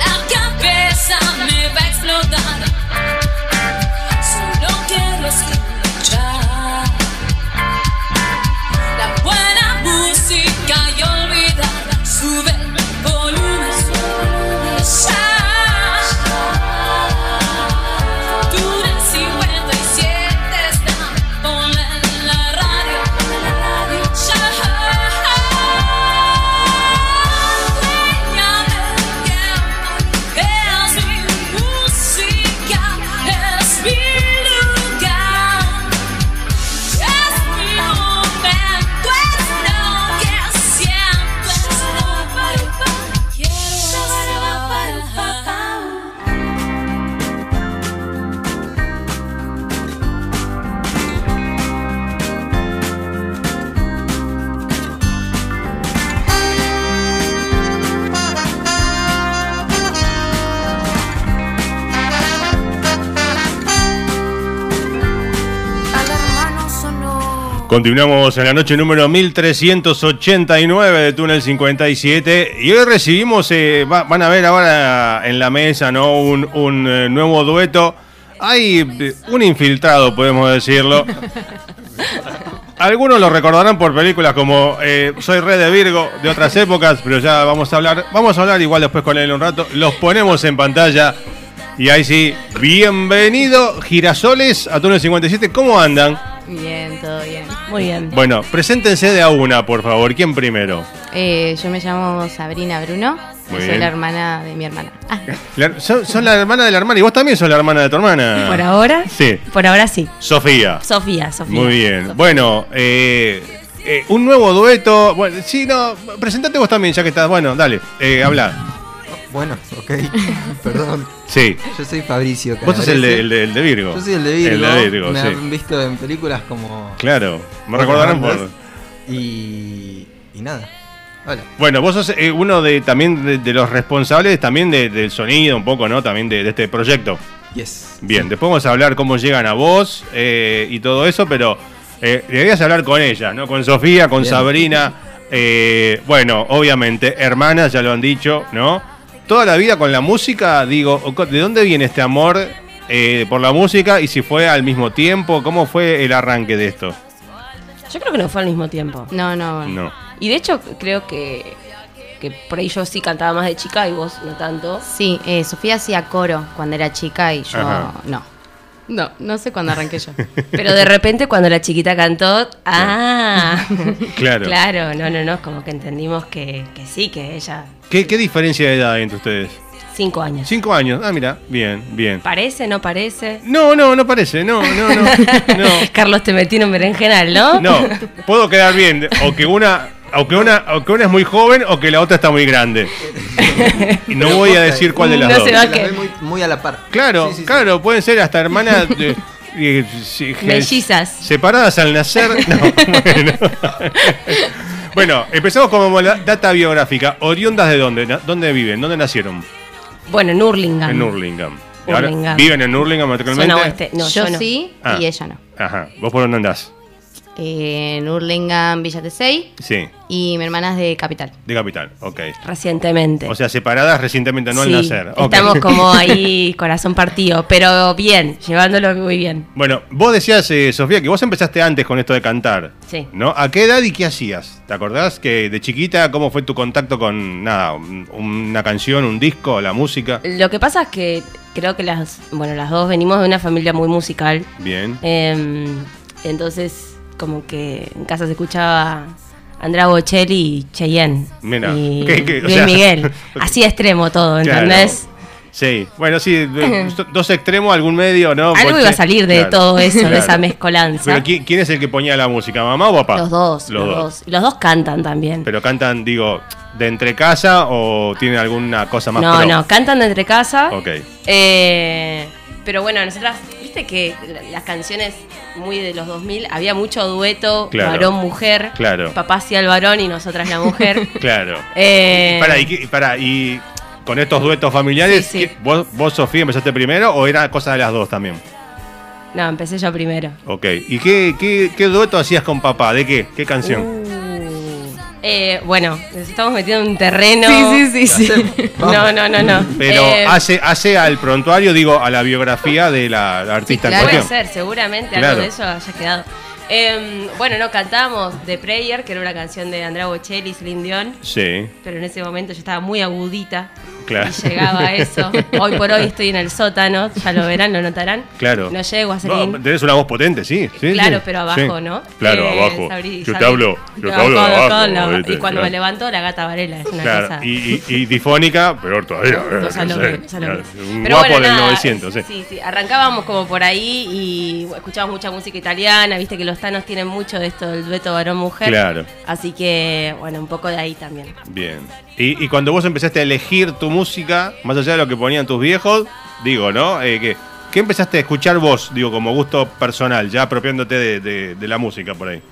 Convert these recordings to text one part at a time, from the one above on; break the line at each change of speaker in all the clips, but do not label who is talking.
La cabeza me va a explotar Solo quiero escuchar La buena música y olvidar Sube el volumen Ya Túnel 57 está Ponle la radio Es mi música, es mi lugar, es mi momento, es lo que siento, es lo que quiero.
Continuamos en la noche número 1389 de Túnel 57 y hoy recibimos, eh, va- van a ver ahora en la mesa, ¿no? Un, un, eh, nuevo dueto. Hay eh, un infiltrado, podemos decirlo. Algunos lo recordarán por películas como eh, Soy Rey de Virgo, de otras épocas, pero ya vamos a hablar. Vamos a hablar igual después con él un rato. Los ponemos en pantalla. Y ahí sí, bienvenido Girasoles a Túnel 57. ¿Cómo andan?
Bien, todo bien.
Muy bien.
Bueno, preséntense de a una, por favor. ¿Quién primero?
Eh, yo me llamo Sabrina Bruno. y
Muy
soy
bien.
la hermana de mi hermana. Ah,
La- son, son la hermana de la hermana y vos también sos la hermana de tu hermana.
¿Por ahora?
Sí.
Por ahora sí.
Sofía.
Sofía, Sofía.
Muy bien. Bueno, eh, eh, un nuevo dueto. Bueno, sí, no, presentate vos también, ya que estás. Bueno, dale, eh, habla.
Bueno, ok. Perdón.
Sí.
Yo soy Fabricio.
Vos sos
Calabrese.
el de, el de- el de Virgo.
Yo soy el de Virgo.
El de Virgo,
Me
sí.
han visto en películas como.
Claro. Me recordarán por.
bandas. Y. Y nada. Hola.
Bueno, vos sos eh, uno de también de, de los responsables también de- del sonido, un poco, ¿no? También de- de este proyecto.
Yes.
Bien, después vamos a hablar cómo llegan a vos eh, y todo eso, pero eh, deberías hablar con ella, ¿no? Con Sofía, con
Bien.
Sabrina. eh, bueno, obviamente, hermanas, ya lo han dicho, ¿no? Toda la vida con la música, digo, o co- ¿de dónde viene este amor eh, por la música? Y si fue al mismo tiempo, ¿cómo fue el arranque de esto?
Yo creo que no fue al mismo tiempo.
no, no,
No.
Y de hecho, creo que, que por ahí yo sí cantaba más de chica y vos no tanto.
Sí, eh, Sofía hacía coro cuando era chica y yo
Ajá.
no. No, no sé cuándo arranqué yo.
Pero de repente cuando la chiquita cantó, ah,
Claro.
claro, no, no, no, como que entendimos que, que sí, que ella,
¿Qué, qué diferencia de edad hay entre ustedes?
cinco años.
Cinco años. Ah, mira, bien, bien.
¿Parece, no parece?
No, no, no parece, no, no, no. no.
Carlos, te metí en un berenjenal, ¿no?
No, puedo quedar bien. O que una, o que una, o que una es muy joven o que la otra está muy grande. Y no voy a decir cuál de las
No
dos.
se va.
Las
que-
ve muy, muy a la par.
Claro,
Sí, sí, sí.
claro, pueden ser hasta hermanas eh, eh, si-
Mellizas.
Separadas al nacer. No, bueno. Bueno, empezamos con la data biográfica. ¿Oriundas de dónde? Na- ¿Dónde viven? ¿Dónde nacieron?
Bueno, en Urlingam.
En Hurlingham. Ahora,
Ah. Hurlingham.
¿Viven en Hurlingham actualmente?
Zona oeste. No,
yo,
yo no.
sí
Ah.
y ella no.
Ajá. ¿Vos por dónde andás?
Eh, en Hurlingham, Villa Tesey
Sí,
y mi hermana es de Capital.
de capital. Ok.
Recientemente.
O sea, separadas recientemente, no
Sí,
al nacer. Ok.
Estamos como ahí, corazón partido, pero bien, llevándolo muy bien.
Bueno, vos decías, eh, Sofía, que vos empezaste antes con esto de cantar.
Sí.
¿No? ¿A qué edad y qué hacías? ¿Te acordás que de chiquita cómo fue tu contacto con nada, un- una canción, un disco, la música?
Lo que pasa es que creo que las, bueno, las dos venimos de una familia muy musical.
Bien.
Em, entonces, como que en casa se escuchaba Andrea Bocelli y Cheyenne.
Mirá,
Y
¿qué- qué? O
Luis
sea-
Miguel. Así extremo todo,
Claro.
¿entendés?
Sí. Bueno, sí, de- dos extremos, algún medio, ¿no?
Algo
Boche-
iba a salir de
Claro,
todo eso,
claro.
de esa mezcolanza.
Pero ¿quién, quién es el que ponía la música, mamá o papá?
Los dos, los, dos. Y Los dos cantan también.
Pero cantan, digo, de entre casa o tienen alguna cosa más
no,
pro?
no, cantan de entre casa.
Ok.
Eh, pero bueno, nosotras, viste Viste que la- las canciones muy de los 2000 había mucho dueto,
Claro.
varón-mujer.
Claro.
Papá hacía el varón y nosotras la mujer.
Claro.
Eh,
Y Para, y, qué- para, y con estos duetos familiares,
Sí, sí.
¿qué- ¿vos, ¿vos, Sofía, empezaste primero o era cosa de las dos también?
No, empecé yo primero.
Ok. ¿Y qué, qué, qué dueto hacías con papá? ¿De qué? ¿Qué canción?
Uh. Eh, bueno, nos estamos metiendo en un terreno.
sí, sí.
No, no, no, no.
Pero ah,
Eh,
hace, hace al prontuario, digo, a la biografía de la, la artista
claro.
en
Puede
cuestión.
ser, seguramente
Claro.
algo de eso haya quedado. Em, bueno, no cantamos The Prayer, que era una canción de Andrea Bocelli y Celine Dion,
Sí,
pero en ese momento yo estaba muy agudita
Claro.
y llegaba a eso. Hoy por hoy estoy en el sótano, ya lo verán, lo notarán.
claro.
No llego a
No,
Celine.
tenés una voz potente, sí. sí,
claro,
sí.
pero abajo,
Sí.
¿no?
Claro,
Eh,
abajo.
sabrí-
yo te
sabrí-
hablo, yo te
No,
hablo de
con-
abajo.
con la-
¿viste?
Y cuando me
Claro.
levanto, la gata Varela es una cosa.
Claro, y, y, y difónica, peor todavía. eh,
No sabe
no
lo
sé.
que- no sabe lo que-
Un
Pero
guapo
bueno,
del
nada,
900, sí.
Sí, sí, arrancábamos como por ahí y bueno, escuchábamos mucha música italiana, viste que los tanos tienen mucho de esto del dueto varón-mujer.
Claro.
Así que, bueno, un poco de ahí también.
Bien. Y, y cuando vos empezaste a elegir tu música, más allá de lo que ponían tus viejos, digo, ¿no? Eh, que, ¿Qué empezaste a escuchar vos, digo, como gusto personal, ya apropiándote de, de- de la música por ahí?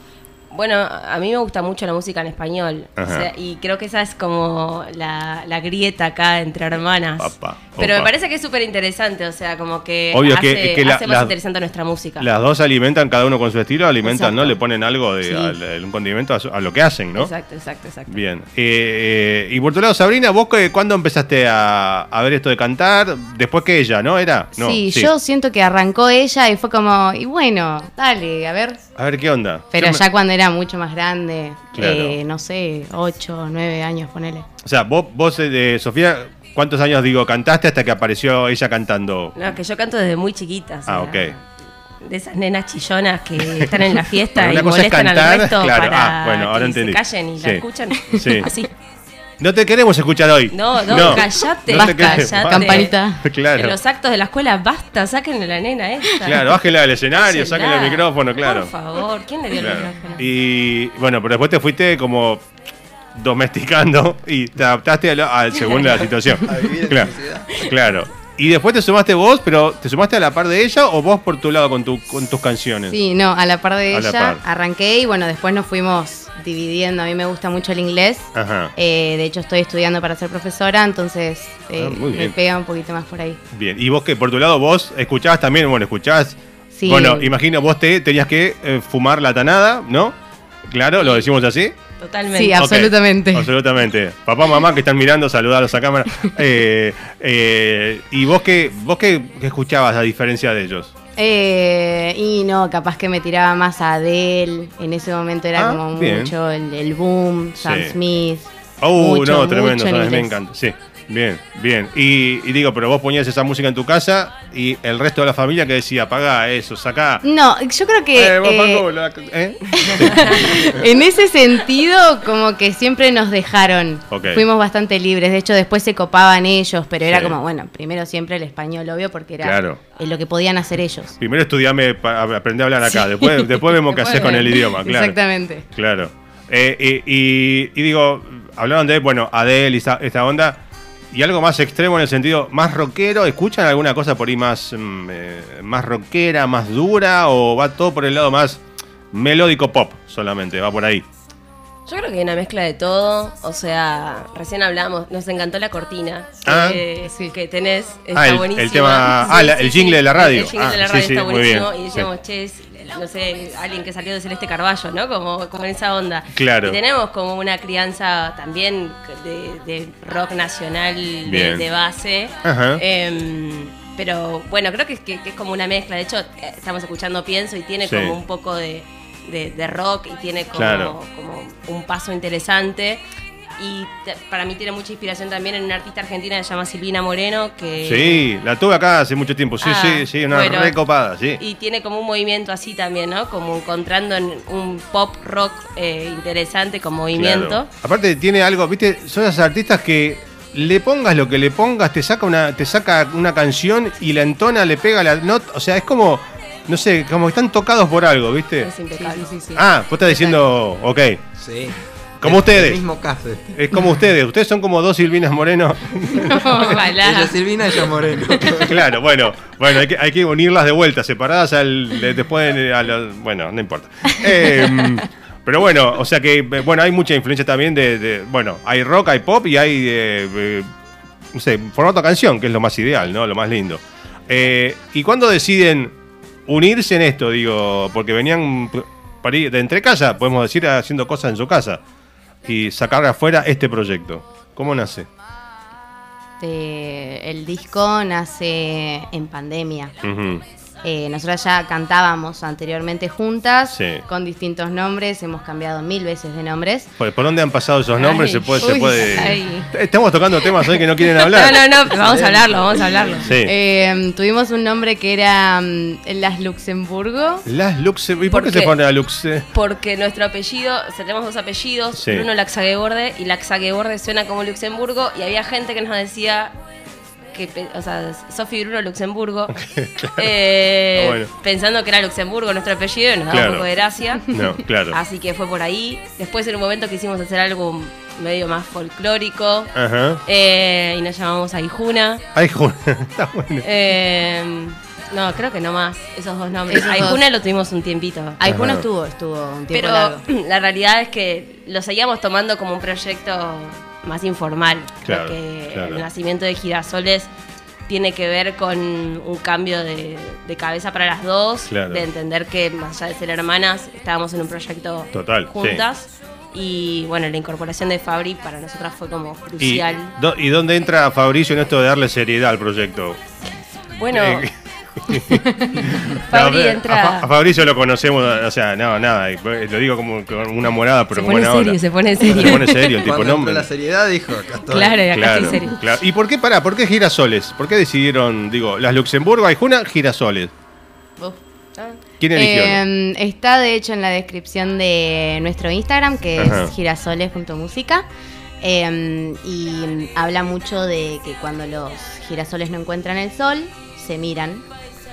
Bueno, a mí me gusta mucho la música en español. o
Ajá.
sea, y creo que esa es como la, la grieta acá entre hermanas.
Papá,
Pero
opa.
me parece que es súper interesante, o sea, como que
Obvio
hace,
que- que la-
hace más
la-
interesante nuestra música.
Las dos alimentan, cada uno con su estilo, alimentan,
Exacto.
¿no? Le ponen algo de
Sí.
al- al- un condimento a, su- a lo que hacen, ¿no?
Exacto, exacto, exacto.
Bien. Eh, eh, y por tu lado, Sabrina, ¿vos qué- cuándo empezaste a, a ver esto de cantar? Después que ella, ¿no? ¿Era? No,
sí, yo siento que arrancó ella y fue como, y bueno, dale, a ver.
A ver, ¿qué onda?
Pero
Yo me-
ya cuando era mucho más grande,
Claro.
eh, no sé, 8, 9 años, ponele.
O sea, vos, vos eh, de Sofía, ¿cuántos años digo cantaste hasta que apareció ella cantando?
No, que yo canto desde muy chiquita. o sea,
Ah, ok.
De esas nenas chillonas que están en la fiesta
Bueno,
y
una cosa es
molestan
cantar,
al resto
claro,
para
ah, bueno, ahora
que
entendí.
se callen y
Sí,
la escuchan.
sí.
Así.
No te queremos escuchar hoy.
No, no, callate,
te
basta,
queremos.
callate.
Campanita.
En
Claro.
los actos de la escuela, basta, saquen a la nena esta.
Claro, bájela del escenario,
Cásenla.
sáquenle el micrófono, claro.
Por favor, ¿quién le dio
Claro.
el micrófono?
Y bueno, pero después te fuiste como domesticando y te adaptaste a lo- a- según la situación.
A vivir en
claro,
sociedad.
claro. Y después te sumaste vos, pero ¿te sumaste a la par de ella o vos por tu lado con, tu, con tus canciones?
Sí, no, a la par de
A la
ella
par.
arranqué y bueno, después nos fuimos dividiendo. A mí me gusta mucho el inglés.
Ajá.
Eh, de hecho, estoy estudiando para ser profesora, entonces eh,
Ah, muy
me
bien.
pega un poquito más por ahí.
Bien, y vos que por tu lado vos escuchabas también, bueno, escuchabas.
Sí.
Bueno, imagino vos te tenías que eh, fumar la tanada, ¿no? Claro, lo decimos así.
Totalmente.
Sí,
Ok,
Absolutamente.
Absolutamente. Papá, mamá que están mirando, saludaros a cámara. Eh, eh, y vos que vos que, escuchabas a diferencia de ellos.
Eh, y no, capaz que me tiraba más a Adele. En ese momento era
Ah,
como
bien.
mucho el, el boom, Sam
Sí.
Smith.
Oh,
Mucho,
no,
mucho
tremendo,
en
sabes, me
inglés.
encanta. Sí, bien, bien. Y, y digo, pero vos ponías esa música en tu casa y el resto de la familia que decía, apaga eso, sacá.
No, yo creo que
Eh, vos,
eh,
Paco, la- ¿eh?
en ese sentido como que siempre nos dejaron.
Ok.
Fuimos bastante libres. De hecho, después se copaban ellos, pero era
Sí.
como, bueno, primero siempre el español, obvio, porque era
Claro.
eh, lo que podían hacer ellos.
Primero estudiame, pa- aprendí a hablar acá. Después, después vemos qué haces con el idioma, claro.
Exactamente.
Claro. Eh, y, y- y digo, hablaron de, bueno, Adele y esta, esta onda. Y algo más extremo en el sentido, más rockero. ¿Escuchan alguna cosa por ahí más, mm, eh, más rockera, más dura? ¿O va todo por el lado más melódico pop solamente? Va por ahí.
Yo creo que hay una mezcla de todo. O sea, recién hablamos, nos encantó la cortina que,
Ah.
Sí.
que tenés. Está
Ah, el- el
buenísima.
tema- ah, la- el jingle de la radio.
El jingle de
Ah,
la
sí,
radio
sí,
está
muy
buenísimo.
bien.
Y decíamos, che, es, no sé, alguien que salió de Celeste Carballo, ¿no? Como con esa onda.
Claro.
Y tenemos como una crianza también de, de rock nacional de,
Bien.
de base.
Ajá.
Em, pero bueno, creo que, es- que- que es como una mezcla. De hecho, eh, estamos escuchando Pienso y tiene
Sí.
como un poco de, de- de rock y tiene como,
Claro.
como un paso interesante. Y te- para mí tiene mucha inspiración también en una artista argentina que se llama Silvina Moreno, que...
Sí, la tuve acá hace mucho tiempo. Sí,
Eh. Ah,
sí, sí, una
bueno.
recopada, sí.
Y tiene como un movimiento así también, ¿no? Como encontrando en un pop rock eh, interesante con movimiento.
Claro. Aparte tiene algo, viste, son esas artistas que le pongas lo que le pongas, te saca una, te saca una canción y la entona, le pega la nota, o sea, es como, no sé, como que están tocados por algo, viste.
Es impecable.
Ah, vos estás diciendo, ok,
Sí.
Como ustedes.
El mismo caso. este.
Es como ustedes, ustedes son como dos Silvinas Moreno.
Ella
Ojalá.
Silvina, ella Moreno.
claro, bueno, bueno, hay que, hay que unirlas de vuelta, separadas al, de- después de- a la- bueno, no importa. Eh, pero bueno, o sea que eh, bueno, hay mucha influencia también de, de- bueno, hay rock, hay pop y hay eh, eh, no sé, formato canción, que es lo más ideal, ¿no? Lo más lindo. Eh, ¿Y cuándo deciden unirse en esto? Digo, porque venían para ir de entre casa, podemos decir, haciendo cosas en su casa y sacar afuera este proyecto. ¿Cómo nace?
Este, el disco nace en pandemia.
Ujú.
Eh, nosotras ya cantábamos anteriormente juntas,
Sí.
con distintos nombres, hemos cambiado mil veces de nombres.
¿Por, por dónde han pasado esos nombres?
Ay,
se puede, se
uy,
puede.
ay.
Estamos tocando temas hoy que no quieren
No,
hablar.
no, no, pero vamos a hablarlo, vamos a hablarlo.
Sí.
Eh, tuvimos un nombre que era mm, Las Luxemburgo.
Las Luxe. ¿Y por,
¿Por
qué, se
qué?
pone a Luxe?
Porque nuestro apellido, o sea, tenemos dos apellidos,
Sí.
Bruno Laxageborde, y Laxageborde suena como Luxemburgo, y había gente que nos decía que, pe- o sea, Sofi Bruno Luxemburgo, eh,
Ah, bueno.
pensando que era Luxemburgo nuestro apellido, y nos daba
Claro.
un poco de gracia.
No, claro.
Así que fue por ahí. Después en un momento quisimos hacer algo medio más folclórico,
Ajá.
eh, y nos llamamos Aguijuna.
Ay, ju- está bueno.
Eh, no, creo que no más, esos dos nombres.
Esos dos.
Aguijuna lo tuvimos un tiempito.
Alguno
Ajá.
estuvo, estuvo un tiempo
Pero
largo.
la realidad es que lo seguíamos tomando como un proyecto más informal.
Claro,
Creo que
claro.
el nacimiento de Girasoles tiene que ver con un cambio de, de cabeza para las dos,
Claro.
de entender que más allá de ser hermanas, estábamos en un proyecto
Total, sí.
juntas. Y bueno, la incorporación de Fabri para nosotras fue como
¿Y,
crucial.
do- ¿Y dónde entra Fabricio en esto de darle seriedad al proyecto?
bueno,
Eh,
Fabri
a- A,
entra.
Fa- a Fabricio lo conocemos, o sea, no, nada. y- eh, Lo digo como con una morada, pero
se
como
pone
una
serio,
onda.
se pone
Se
serio.
pone serio, el tipo,
Cuando
no.
entró
me-
la seriedad dijo, acá estoy.
Claro, acá
Claro,
estoy serio.
claro. ¿Y por qué, pará, por qué girasoles? ¿Por qué decidieron, digo, las Luxemburgo, Aijuna, girasoles?
Uf.
¿Quién eligió?
Eh, está de hecho en la descripción de nuestro Instagram, que
Ajá.
es girasoles.música. Eh, y habla mucho de que cuando los girasoles no encuentran el sol, se miran.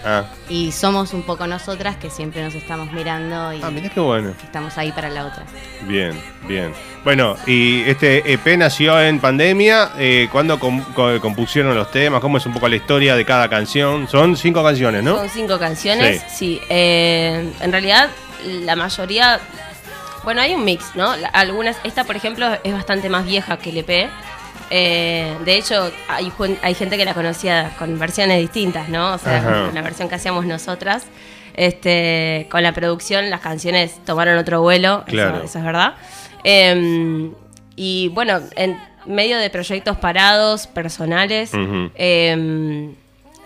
Ah,
Y somos un poco nosotras que siempre nos estamos mirando y
ah, mirá qué bueno.
estamos ahí para la otra.
Bien, bien. Bueno, y este EP nació en pandemia. Eh, ¿Cuándo com- co- compusieron los temas? ¿Cómo es un poco la historia de cada canción? Son cinco canciones, ¿no?
Son cinco canciones, sí. Eh, en realidad, la mayoría. Bueno, hay un mix, ¿no? La- Algunas. Esta, por ejemplo, es bastante más vieja que el EP. Eh, de hecho, hay, juen- hay gente que la conocía con versiones distintas, ¿no? O sea,
Ajá.
con la versión que hacíamos nosotras. Este, con la producción, las canciones tomaron otro vuelo. eso-
Claro.
Eso, es verdad. Eh, y bueno, en medio de proyectos parados, personales,
Ujú.
eh,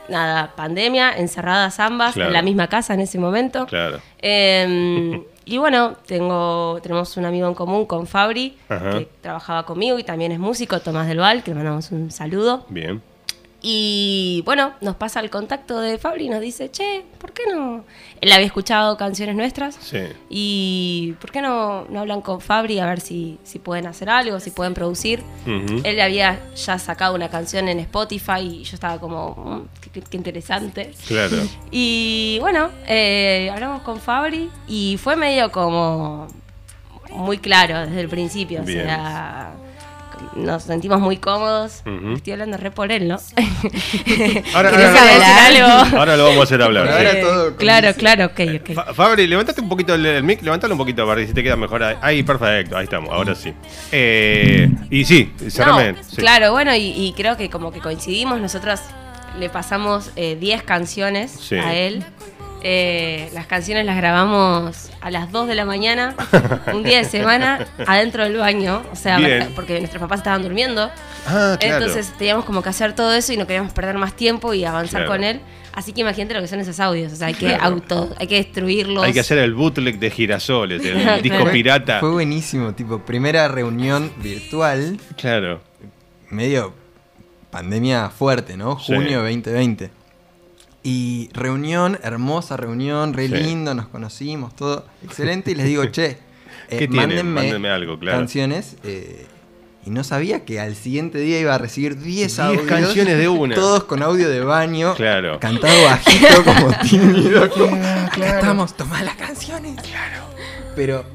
nada, pandemia, encerradas ambas
Claro.
en la misma casa en ese momento.
Claro.
Eh, y bueno, tengo, tenemos un amigo en común con Fabri,
Ajá.
que trabajaba conmigo y también es músico, Tomás del Val, que le mandamos un saludo.
Bien.
Y bueno, nos pasa el contacto de Fabri y nos dice, che, ¿por qué no? Él había escuchado canciones nuestras.
Sí.
Y ¿por qué no, no hablan con Fabri a ver si, si pueden hacer algo, si pueden producir?
Ujú.
Él había ya sacado una canción en Spotify y yo estaba como, "Mm, qué, qué- qué interesante.
Claro.
Y bueno, eh, hablamos con Fabri y fue medio como muy claro desde el principio.
Bien.
O sea, nos sentimos muy cómodos.
Ujú.
Estoy hablando re por él, ¿no?
Ahora,
¿Querés
ahora-
decir algo?
ahora lo vamos a hacer hablar.
Por
sí.
ahora todo con
claro,
música.
claro, ok, ok.
Fa- Fabri, levantate un poquito el, el mic, levantalo un poquito, Fabri, si te queda mejor. ahí. Ahí, perfecto, ahí estamos, ahora sí. Eh, y sí, cerrame.
No,
sí.
Claro, bueno, y, y creo que como que coincidimos, nosotros le pasamos eh, 10 canciones
Sí.
a él. Eh, las canciones las grabamos a las 2 de la mañana, un día de semana, adentro del baño, o sea,
Bien.
porque nuestros papás estaban durmiendo.
Ah, claro.
Entonces teníamos como que hacer todo eso y no queríamos perder más tiempo y avanzar
Claro.
con él. Así que imagínate lo que son esos audios, o sea, hay que
Claro.
auto, hay que destruirlos.
Hay que hacer el bootleg de girasoles, el
Claro.
disco pirata.
Fue buenísimo, tipo, primera reunión virtual,
Claro.
medio pandemia fuerte, ¿no?
Sí.
Junio 2020. Y reunión, hermosa reunión, re
Sí.
lindo, nos conocimos, todo excelente. Y les digo, che, eh,
¿Qué tienen?
mándenme,
Mándenme algo, claro.
canciones. eh, y no sabía que al siguiente día iba a recibir 10
10
audios.
canciones de una.
Todos con audio de baño.
Claro.
Cantado bajito, como tímido. como, "Acá estamos, tomá las canciones. Claro. Pero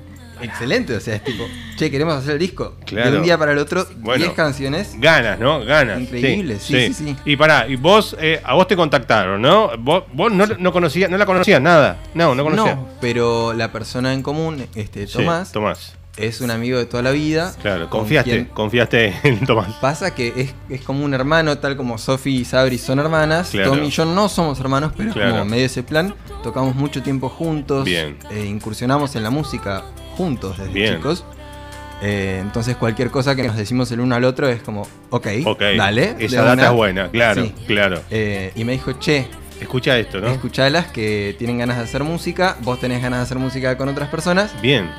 excelente. O sea, es tipo, che, queremos hacer el disco.
Claro.
De un día para el otro, 10
Bueno.
canciones.
Ganas, ¿no? Ganas.
Increíble, sí, sí, sí.
Y pará, y vos, eh, a vos te contactaron, ¿no? Vos, vos no, no conocías, no la conocías nada. No, no conocías.
No, pero la persona en común, este,
Sí,
Tomás,
Tomás.
es un amigo de toda la vida.
Claro,
con
confiaste,
quien
confiaste en Tomás.
Pasa que es, es como un hermano, tal como Sofi y Sabri son hermanas.
Claro.
Tommy y yo no somos hermanos, pero es
Claro.
como medio ese plan. Tocamos mucho tiempo juntos.
Bien.
eh, incursionamos en la música juntos desde
Bien.
chicos. Eh, entonces cualquier cosa que nos decimos el uno al otro es como, ok,
Ok.
dale. de
Esa
una.
data es buena, claro,
Sí.
claro.
Eh, y me dijo, che,
Escucha esto, ¿no?
escuchalas que tienen ganas de hacer música, vos tenés ganas de hacer música con otras personas,
Bien.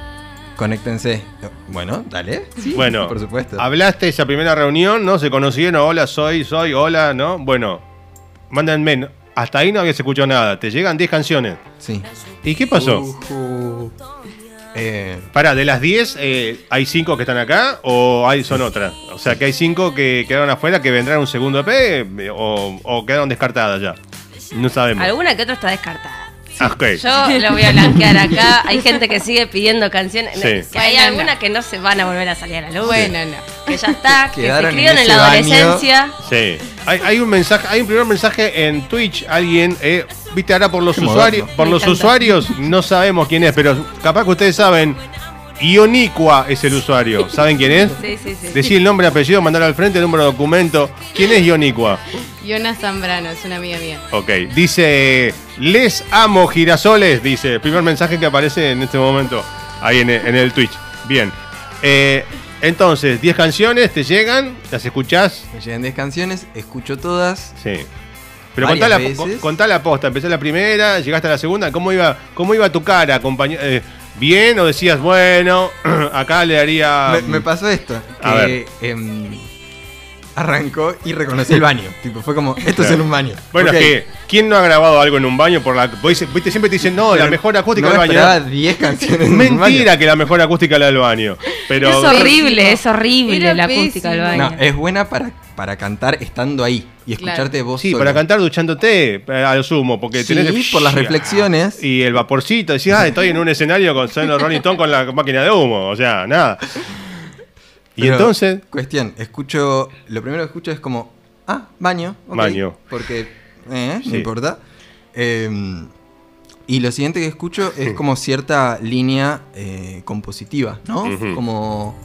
conéctense. Bueno, dale. Sí,
bueno,
por supuesto.
hablaste esa primera reunión, ¿no? Se conocieron, hola, soy, soy, hola, ¿no? Bueno, mándenme. ¿no? Hasta ahí no habías escuchado nada. Te llegan 10 canciones.
Sí.
¿Y qué pasó?
Uh. Ujú. Eh,
Pará, de las 10, eh, ¿hay 5 que están acá o hay, son otras? O sea, que hay 5 que quedaron afuera, que vendrán un segundo EP eh, o, o quedaron descartadas ya. No sabemos.
Alguna que otra está descartada.
Ah, ok.
Yo lo voy a blanquear acá. Hay gente que sigue pidiendo canciones.
Sí.
Que hay
Bueno,
algunas que no se van a volver a salir a la luz.
Bueno, no.
Que ya está, que se
Quedaron en
criaron en,
ese
la
baño.
adolescencia.
Sí. Hay, hay un mensaje, hay un primer mensaje en Twitch, alguien, eh, viste ahora por los
Qué
usuarios,
moderno.
por
Me
los
encanta.
usuarios, no sabemos quién es, pero capaz que ustedes saben, Ioniqua es el usuario. ¿Saben quién es?
Sí, sí, sí.
Decir el nombre, apellido, mandar al frente, el número de documento. ¿Quién es Ioniqua?
Yona Zambrano, es una amiga mía.
Ok, dice, les amo girasoles, dice, primer mensaje que aparece en este momento, ahí en el, en el Twitch. Bien, Eh, entonces, 10 canciones, te llegan, las escuchás,
me llegan 10 canciones, escucho todas.
sí. Pero contá
Varias
la,
veces.
co- contá la posta, empezás la primera, llegaste a la segunda, ¿cómo iba, cómo iba tu cara, compañero? ¿Bien o decías, bueno, acá le daría...
me, me pasó esto.
Ah, mm. A
que, em, arrancó y reconocí el baño. tipo, fue como, esto es en un baño.
Bueno,
Ok.
es que, ¿quién no ha grabado algo en un baño? por la Viste, siempre te dicen, no, la
Pero
mejor acústica
no
del
me
baño.
esperaba 10 canciones. en un
Mentira que la mejor acústica es la del baño. Pero
Es horrible, es
Era
horrible la acústica
pésimo.
del
baño.
baño.
No, es buena para, para cantar estando ahí y
Claro.
escucharte vos
Sí,
solo.
para cantar duchándote eh, al sumo, porque
Sí,
tenés el-
por las reflexiones.
Y el vaporcito, decís, ah, estoy en un escenario con Sonic Rolling Stone con la máquina de humo, o sea, nada. Y
Pero,
entonces,
Cuestión, escucho. Lo primero que escucho es como. Ah, baño. ok,
Baño.
Porque. Eh,
Sí.
No importa. Eh, y lo siguiente que escucho
Hmm.
es como cierta línea eh, compositiva, ¿no?
Ujú.
Como.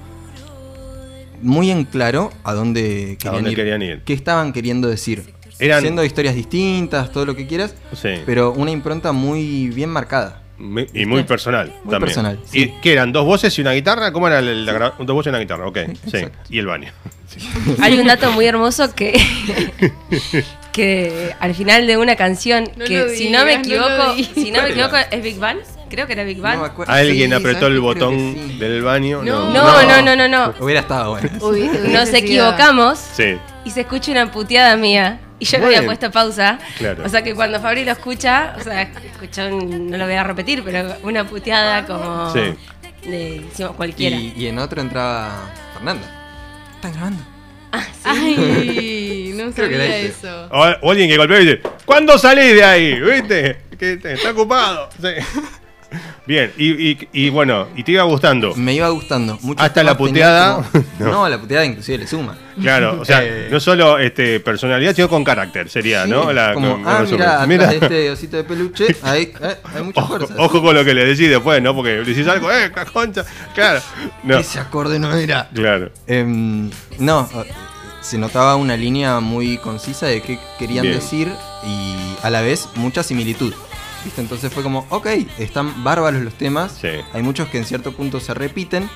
Muy en claro a dónde querían,
dónde
ir,
querían ir.
¿Qué estaban queriendo decir?
Eran-
Siendo historias distintas, todo lo que quieras.
Sí.
Pero una impronta muy bien marcada.
me- y muy personal
Muy
también.
personal,
¿Y
sí.
qué eran? ¿Dos voces y una guitarra? ¿Cómo era la, la gra- dos voces y una guitarra? Ok, sí.
exacto.
Y el baño.
Hay un dato muy hermoso que, que al final de una canción,
No
que
lo
si no me
digas, no
equivoco,
lo digas.
si no me
¿Cuál era?
equivoco, es Big Bang. Creo que era Big Bang.
No me acuerdo.
¿Alguien
Sí,
apretó
¿sabes
el
qué? Creo que
botón
sí.
del baño?
No.
no, no, no, no, no.
Hubiera estado bueno.
Nos equivocamos
Sí.
y se escucha una puteada mía. Y yo le
Bueno.
había puesto pausa.
Claro.
O sea que cuando Fabri lo escucha, o sea, escuchó, un- no lo voy a repetir, pero una puteada como.
Sí.
De, decimos cualquiera.
Y, y en otro entraba Fernanda. ¿Están grabando?
Ay, no
Creo que era
sabía
ese.
eso.
O, o alguien que golpea y dice, ¿cuándo salís de ahí? ¿Viste? Que te- está ocupado. Sí. Bien, y, y- y bueno, y te iba gustando.
Me iba gustando. Muchos
Hasta Ah, la
temas
puteada.
tenían como-
No.
no. la puteada inclusive le suma.
Claro, o sea,
Eh.
no solo este, personalidad, sino con carácter sería,
Sí,
¿no? La-
como,
con-
ah,
resumen.
mira,
Mira,
atrás de este osito de peluche, ahí, eh, hay mucha
ojo,
fuerza.
ojo con lo que le decís después, ¿no? Porque le decís algo, ¡eh, la concha! Claro, no,
Ese acorde no era.
claro.
Em, no, eh, se notaba una línea muy concisa de qué querían
Bien.
decir y a la vez mucha similitud. ¿Viste? Entonces fue como, ok, están bárbaros los temas.
Sí.
Hay muchos que en cierto punto se repiten,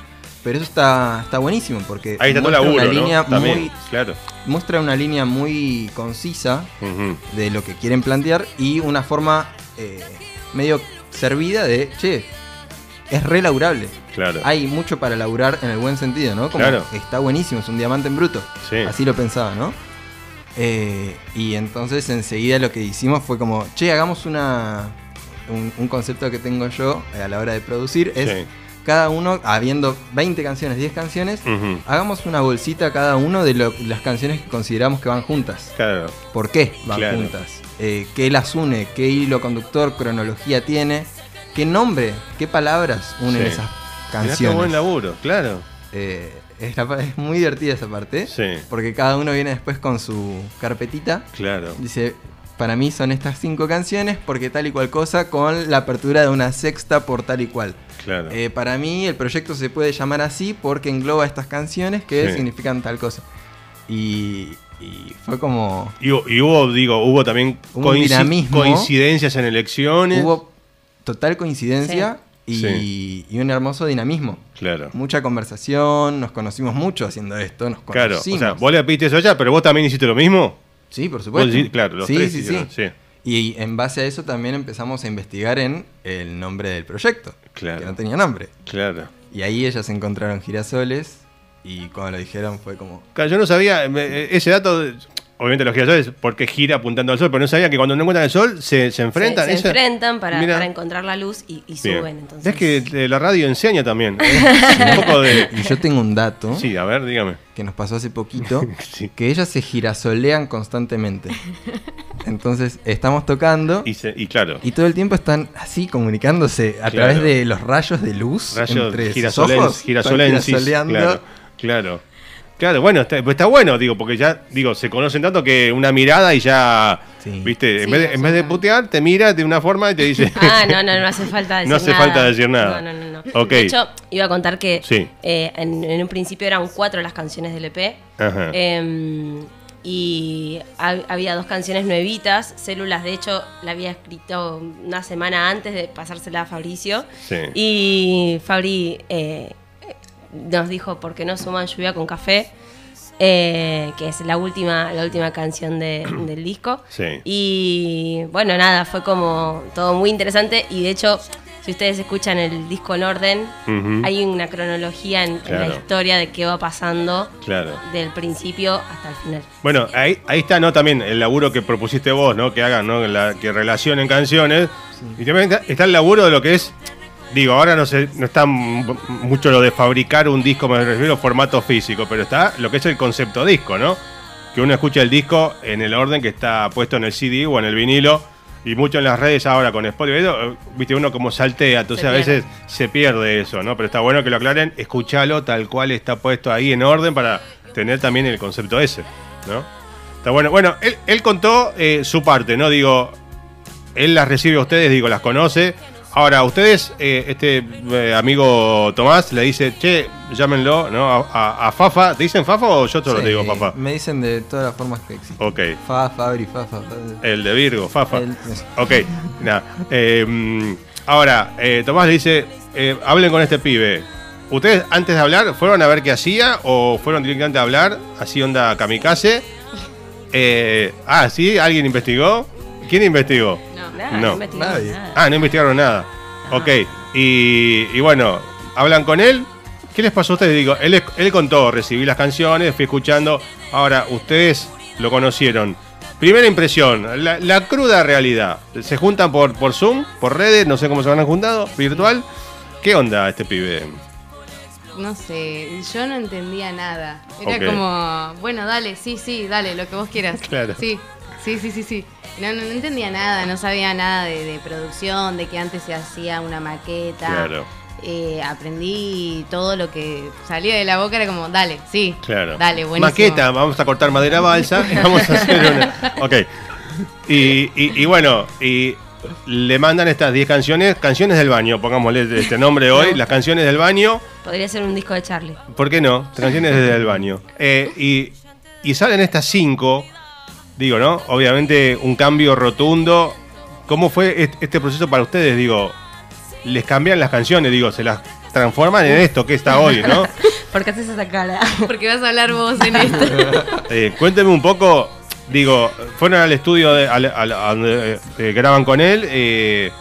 pero eso está, está buenísimo porque
Ahí está todo
muestra
laburo,
una línea
¿no? También,
muy
claro.
muestra una línea muy concisa
Ujú.
de lo que quieren plantear y una forma eh, medio servida de, che, es re laburable.
Claro.
Hay mucho para laburar en el buen sentido, ¿no? Como
Claro.
está buenísimo, es un diamante en bruto.
Sí.
Así lo pensaba, ¿no? Eh, y entonces enseguida lo que hicimos fue como, che, hagamos una... Un, un concepto que tengo yo eh, a la hora de producir es
Sí.
cada uno, habiendo 20 canciones, 10 canciones,
Ujú.
Hagamos una bolsita cada uno de lo- las canciones que consideramos que van juntas.
Claro.
¿Por qué van
Claro.
juntas? Eh, ¿Qué las une? ¿Qué hilo conductor, cronología tiene? ¿Qué nombre, qué palabras unen
Sí.
esas
Mirá qué
canciones.
buen laburo, claro.
Eh, es, la pa- es muy divertida esa parte.
Sí.
Porque cada uno viene después con su carpetita.
Claro.
Dice, para mí son estas cinco canciones porque tal y cual cosa con la apertura de una sexta por tal y cual.
Claro.
Eh, para mí el proyecto se puede llamar así porque engloba estas canciones que
Sí.
significan tal cosa. Y, y fue como...
y, hu- y hubo, digo, hubo también
Un
coinci-
dinamismo.
coincidencias en elecciones.
Hubo total coincidencia y, y un hermoso dinamismo.
Claro.
Mucha conversación, nos conocimos mucho haciendo esto, nos
Claro. O
conocimos.
sea, vos le pediste eso allá, pero vos también hiciste lo mismo.
Sí, por supuesto.
Vos decí- claro, los
sí,
tres
sí,
hicieron,
sí.
sí.
Y en base a eso también empezamos a investigar en el nombre del proyecto,
Claro.
que no tenía nombre.
Claro.
Y ahí ellas encontraron girasoles y cuando lo dijeron fue como...
Claro, yo no sabía me- eh, ese dato, de- obviamente los girasoles, porque gira apuntando al sol, pero no sabía que cuando no encuentran el sol se, se enfrentan.
se, se
esa-
enfrentan para,
Mira.
para encontrar la luz y, y
Bien.
suben. Entonces.
Es que eh, la radio enseña también. ¿eh? Un poco de.
Y yo tengo un dato
Sí, a ver, dígame.
que nos pasó hace poquito,
Sí.
que ellas se girasolean constantemente. Entonces estamos tocando
Y,
y,
se- y claro,
todo el tiempo están así comunicándose a
Claro.
través de los rayos de luz.
rayos
entre sus
girasolens-
ojos. Están
girasolensis.
girasoleando.
Claro, claro. Claro, bueno, está, pues está bueno, digo, porque ya, digo, se conocen tanto que una mirada y ya,
Sí.
viste, en,
Sí,
vez de, en vez de
absolutamente.
putear, te mira de una forma y te dice,
Ah, no, no, no hace falta decir
No hace
nada.
falta decir nada.
No, no, no. no.
Ok.
De hecho, iba a contar que
Sí.
eh, en, en un principio eran cuatro las canciones del E EP.
Ajá.
Em, y ha- había dos canciones nuevitas. Células, de hecho, la había escrito una semana antes de pasársela a Fabricio.
Sí.
Y Fabri eh, nos dijo, ¿por qué no suman lluvia con café? Eh, que es la última, la última canción de- del disco.
Sí.
Y bueno, nada, fue como todo muy interesante. Y de hecho, si ustedes escuchan el disco en orden,
Ujú.
hay una cronología en, en
Mm. Claro.
la historia de qué va pasando
claro.
del principio hasta el final.
Bueno, ahí, ahí está, ¿no? También el laburo que propusiste vos, ¿no? Que hagan, ¿no? La- que relacionen canciones. Y también está, está el laburo de lo que es. Digo, ahora no sé, no está m- mucho lo de fabricar un disco, me refiero a formato físico, pero está lo que es el concepto disco, ¿no? Que uno escucha el disco en el orden que está puesto en el CD o en el vinilo. Y mucho en las redes ahora con Spotify, eh, viste, uno como saltea, entonces
Se
a
pierde.
veces se pierde eso, ¿no? Pero está bueno que lo aclaren, escuchalo tal cual está puesto ahí en orden para tener también el concepto ese, ¿no? Está bueno. Bueno, él, él contó eh, su parte, ¿no? Digo, él las recibe a ustedes, digo, las conoce. Ahora, a ustedes, eh, este eh, amigo Tomás le dice, che, llámenlo, ¿no? A, a- a Fafa. ¿Te dicen Fafa o yo te lo
Sí,
digo, Oh. Fafa?
Me dicen de todas las formas que existen.
Ok.
Fa, Fabri, fa, fa, fa.
El de Virgo, Fafa.
El-
Ok, nada. Eh, mm, ahora, eh, Tomás le dice, eh, hablen con este pibe. ¿Ustedes antes de hablar fueron a ver qué hacía o fueron directamente a hablar? Así onda kamikaze. Eh, ah, sí, ¿alguien investigó? ¿Quién investigó?
No, nada,
No.
no investigamos
Nadie.
nada.
Ah, no investigaron nada. Ok, y, y bueno, hablan con él. ¿Qué les pasó a ustedes? Digo, él, es- él contó, recibí las canciones, fui escuchando. Ahora, ustedes lo conocieron. Primera impresión, la, la cruda realidad. Se juntan por, por Zoom, por redes, no sé cómo se han juntado, virtual. ¿Qué onda este pibe?
No sé, yo no entendía nada. Era
Ok.
como, bueno, dale, sí, sí, dale, lo que vos quieras.
Claro.
Sí, sí, sí, sí, sí. No, no, no entendía nada, no sabía nada de, de producción, de que antes se hacía una maqueta.
Claro.
Eh, aprendí todo lo que salía de la boca, era como, dale, sí.
Claro.
Dale, buenísimo.
Maqueta, vamos a cortar madera balsa y vamos a hacer una. Ok. Y, y- y bueno, y le mandan estas 10 canciones, canciones del baño, pongámosle este nombre hoy, las canciones del baño.
Podría ser un disco de Charlie.
¿Por qué no? Canciones desde el baño. Eh, y, y salen estas cinco, digo, ¿no? Obviamente un cambio rotundo. ¿Cómo fue est- este proceso para ustedes? Digo, les cambian las canciones, digo, se las transforman en esto que está hoy, ¿no?
¿Por qué haces esa cara?
Porque vas a hablar vos en esto.
Eh, cuénteme un poco, digo, fueron al estudio de- al- al- a donde eh, eh, graban con él eh,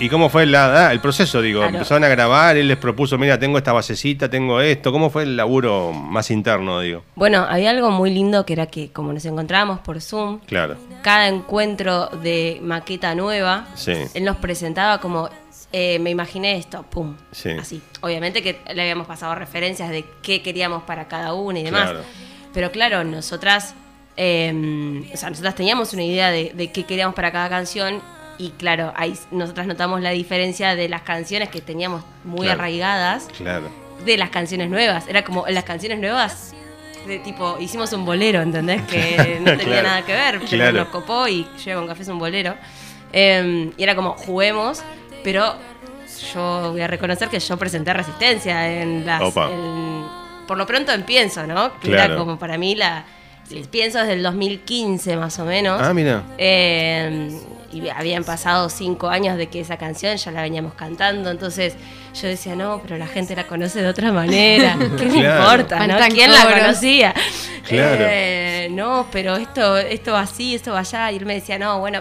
y cómo fue la- ah, el proceso, digo,
Claro.
empezaron a grabar, él les propuso, mira, tengo esta basecita, tengo esto, ¿cómo fue el laburo más interno, digo?
Bueno, había algo muy lindo que era que como nos encontrábamos por Zoom,
Claro,
cada encuentro de maqueta nueva,
Sí.
él nos presentaba como, eh, me imaginé esto, pum,
Sí.
así. Obviamente que le habíamos pasado referencias de qué queríamos para cada una y demás.
Claro.
Pero claro, em, nosotras, eh, o sea, nosotras teníamos una idea de, de qué queríamos para cada canción Y claro, ahí nosotras notamos la diferencia de las canciones que teníamos muy
Claro.
arraigadas
Claro.
de las canciones nuevas. Era como las canciones nuevas, de tipo, hicimos un bolero, ¿entendés? Que no
Claro.
tenía nada que ver, pero
Claro.
nos copó y llega un café es un bolero. Eh, y era como, juguemos, pero yo voy a reconocer que yo presenté resistencia en las.
Opa.
en- por lo pronto en Pienso, ¿no? Que era
Claro.
como para mí la. Pienso desde el 2015 más o menos.
Ah, mira.
Eh, y habían pasado cinco años de que esa canción ya la veníamos cantando, entonces yo decía, no, pero la gente la conoce de otra manera, ¿qué me
Claro.
importa? ¿no?
Faltan
¿Quién la
coros.
conocía?
Claro.
Eh, no, pero esto, esto va así, esto va allá, y él me decía, no, bueno,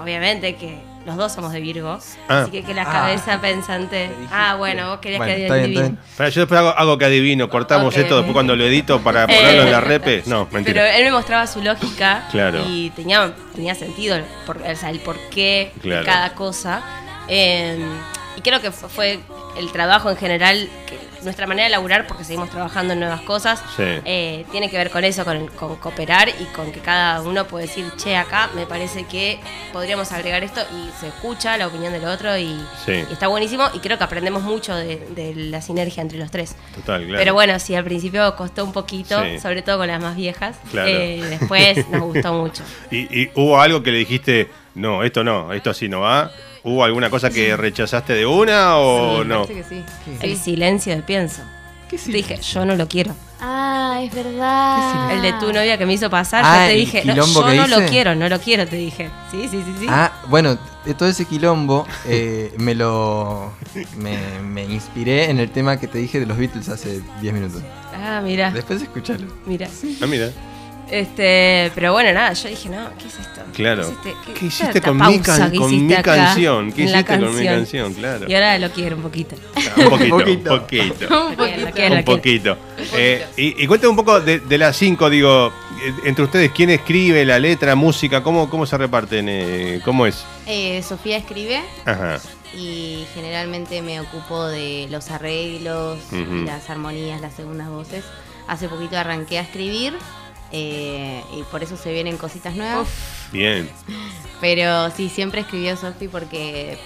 obviamente que los dos somos de Virgo,
Ah.
así que que la
Ah.
cabeza pensante,
Te dije
ah,
que-
bueno, vos querías
Bueno,
que
está bien, está bien.
Pará, yo después hago, hago que adivino, cortamos
Ok.
esto después cuando lo edito para
Eh,
ponerlo en la repe. No,
Pero
mentira.
él me mostraba su lógica
Claro.
y tenía, tenía sentido por- o sea, el porqué
Claro.
de cada cosa. Eh, y creo que fu- fue el trabajo en general, que nuestra manera de laburar, porque seguimos trabajando en nuevas cosas,
Sí.
eh, tiene que ver con eso, con, con cooperar y con que cada uno puede decir, che, acá me parece que podríamos agregar esto y se escucha la opinión del otro y,
Sí.
y está buenísimo y creo que aprendemos mucho de- de la sinergia entre los tres.
Total, claro.
Pero bueno, sí, al principio costó un poquito,
Sí.
sobre todo con las más viejas.
Claro.
Eh, después nos gustó mucho.
¿Y, y hubo algo que le dijiste, no, esto no, esto así no va? ¿Hubo alguna cosa que rechazaste de una o
Sí,
Oh, no?
parece que sí.
¿Qué?
El silencio de pienso.
¿Qué
Te dije, yo no lo quiero.
Ah, es
Ah.
verdad.
El de tu novia que me hizo pasar,
Ah,
yo te
el
dije, no,
quilombo
yo
que
no lo
hice.
quiero, no lo quiero, te dije. Sí, sí, sí, sí.
Ah, bueno, de todo ese quilombo eh, me lo. Me, me inspiré en el tema que te dije de los Beatles hace 10 minutos.
Ah, mira,
Después escuchalo.
mira.
Ah, mira.
Este, pero bueno, nada, yo dije, no, ¿qué es esto?
Claro.
¿Qué, es este- qué-
¿Qué
qué
hiciste
esta
con mi,
pausa
can-
que
con
hiciste
mi
acá
canción? ¿Qué
en la
hiciste con mi canción? Claro.
Y ahora lo quiero un poquito.
Ah, Un poquito, un
Poquito.
poquito.
Lo quiero, lo quiero,
Un
lo quiero.
poquito. Eh, y, y cuéntame un poco de, de las cinco, digo, eh, entre ustedes, ¿quién escribe la letra, música? ¿Cómo, cómo se reparten? eh, ¿Cómo es?
Eh, Sofía escribe
Ajá.
y generalmente me ocupo de los arreglos,
Ujú.
las armonías, las segundas voces. Hace poquito arranqué a escribir eh, y por eso se vienen cositas nuevas.
Bien.
Pero sí, siempre escribió Sofi porque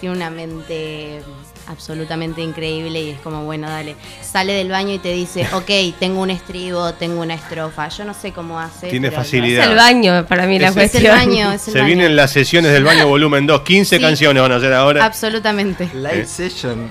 tiene una mente absolutamente increíble y es como, bueno, dale, sale del baño y te dice, ok, tengo un estribo, tengo una estrofa, yo no sé cómo hace.
Tiene
pero lo
facilidad.
Es el baño para mí la
Es el
hace. Es el
cuestión.
baño, es el
Se
baño.
vienen las sesiones del baño volumen 2, 15
Sí.
canciones van a hacer ahora.
Absolutamente.
Live
Eh.
session.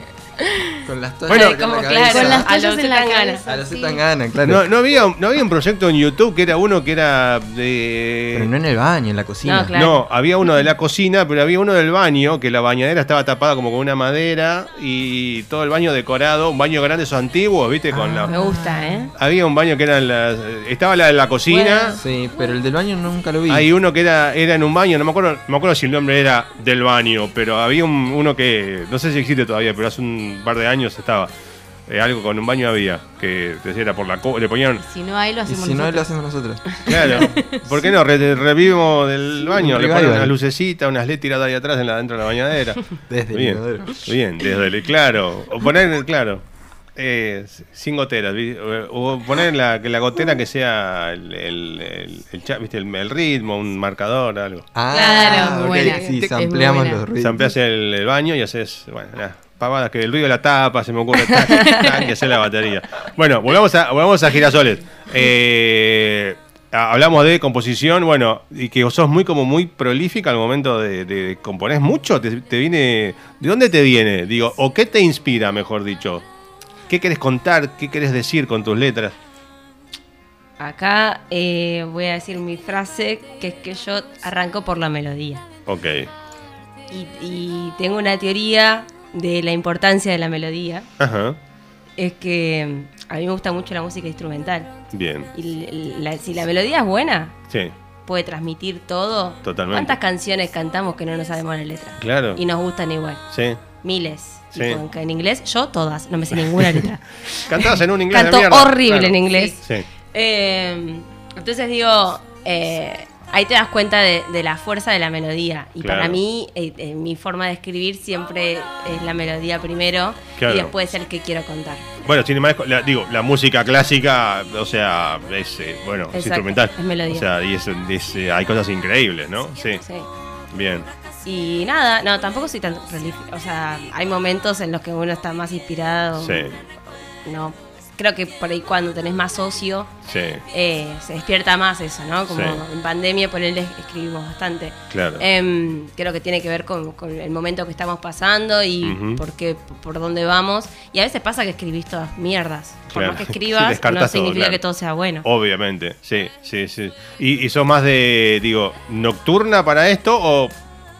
Con las toallas
Bueno,
en la
como
cabeza.
claro,
Con las
a lo
toallas en la
Zetangana.
cabeza.
A los
sí.
Zetangana, claro.
No, no, había, no había un proyecto en YouTube que era uno que era de...
Pero no en el baño, en la cocina.
No, claro.
No, había uno de la cocina, pero había uno del baño, que la bañadera estaba tapada como con una madera y todo el baño decorado, un baño grande, esos antiguos, viste, con
Me
la...
gusta, ¿eh?
Había un baño que era en las... Estaba la de la cocina,
Sí, pero el del baño nunca lo vi.
hay uno que era, era en un baño, no me acuerdo, no me acuerdo si el nombre era del baño, pero había un- uno que, no sé si existe todavía, pero hace un par de años estaba. Eh, algo con un baño había, que decía era por la... co- Le ponían...
Si no hay, lo
y
hacemos
si no,
nosotros.
lo hacemos nosotros.
Claro, ¿por qué no? Re- revivimos del baño,
un
le ponen
revival.
unas lucecitas, unas LED tiradas ahí atrás en la, dentro de la bañadera.
Desde el
bien,
inodoro.
bien, desde el, claro. O poner, claro, eh, sin goteras, ¿vi? o poner la, que la gotera que sea el, el, el- el cha- ¿viste? El, el ritmo, un marcador, algo.
Ah,
Claro,
ok,
buena.
Sí,
Es muy
ampliamos
buena.
los ruidos.
Zampeas el, el baño y haces, bueno, nada, pavadas, que el ruido de la tapa, se me ocurre, tac, tac, y hacer la batería. Bueno, volvamos a, volvamos a girasoles. Eh, a- hablamos de composición, bueno, y que sos muy como muy prolífica al momento de, de componer mucho, te, te viene, ¿de dónde te viene? Digo, o qué te inspira, mejor dicho. ¿Qué querés contar? ¿Qué querés decir con tus letras?
Acá eh, voy a decir mi frase, que es que yo arranco por la melodía.
Ok,
Y, y tengo una teoría de la importancia de la melodía.
ajá,
Es que mm, a mí me gusta mucho la música instrumental.
bien,
Y l- la- si la melodía es buena,
sí,
puede transmitir todo.
Totalmente.
¿Cuántas canciones cantamos que no nos sabemos la letra?
claro,
Y nos gustan igual.
sí.
Miles. Y
Sí.
con- en inglés, yo todas, no me sé ninguna letra.
Cantabas en un inglés de
Canto
mierda,
horrible
claro.
en inglés.
Sí,
Eh, entonces digo, eh, ahí te das cuenta de, de la fuerza de la melodía. Y
Claro.
para mí, eh, eh, mi forma de escribir siempre es la melodía primero
Claro.
y después el que quiero contar.
Bueno, sin más, la- digo, la música clásica, o sea, es, eh, bueno, es
Exacto,
instrumental.
es melodía.
O sea, y es- es, eh, hay cosas increíbles, ¿no? Sí,
Sí.
bien.
Y nada, no, tampoco soy tan prolífica. O sea, hay momentos en los que uno está más inspirado.
Sí.
No, creo que por ahí cuando tenés más socio,
Sí,
eh, se despierta más eso, ¿no? Como
Sí.
en pandemia por él escribimos bastante.
Claro.
Em, creo que tiene que ver con, con el momento que estamos pasando y
Ujú.
por qué, por dónde vamos. Y a veces pasa que escribís todas mierdas. Por
Claro.
más que
Sí,
escribas,
descartás
no
todo,
significa
claro.
que todo sea bueno.
obviamente. Sí, sí, sí. ¿Y, y sos más de, digo, nocturna para esto o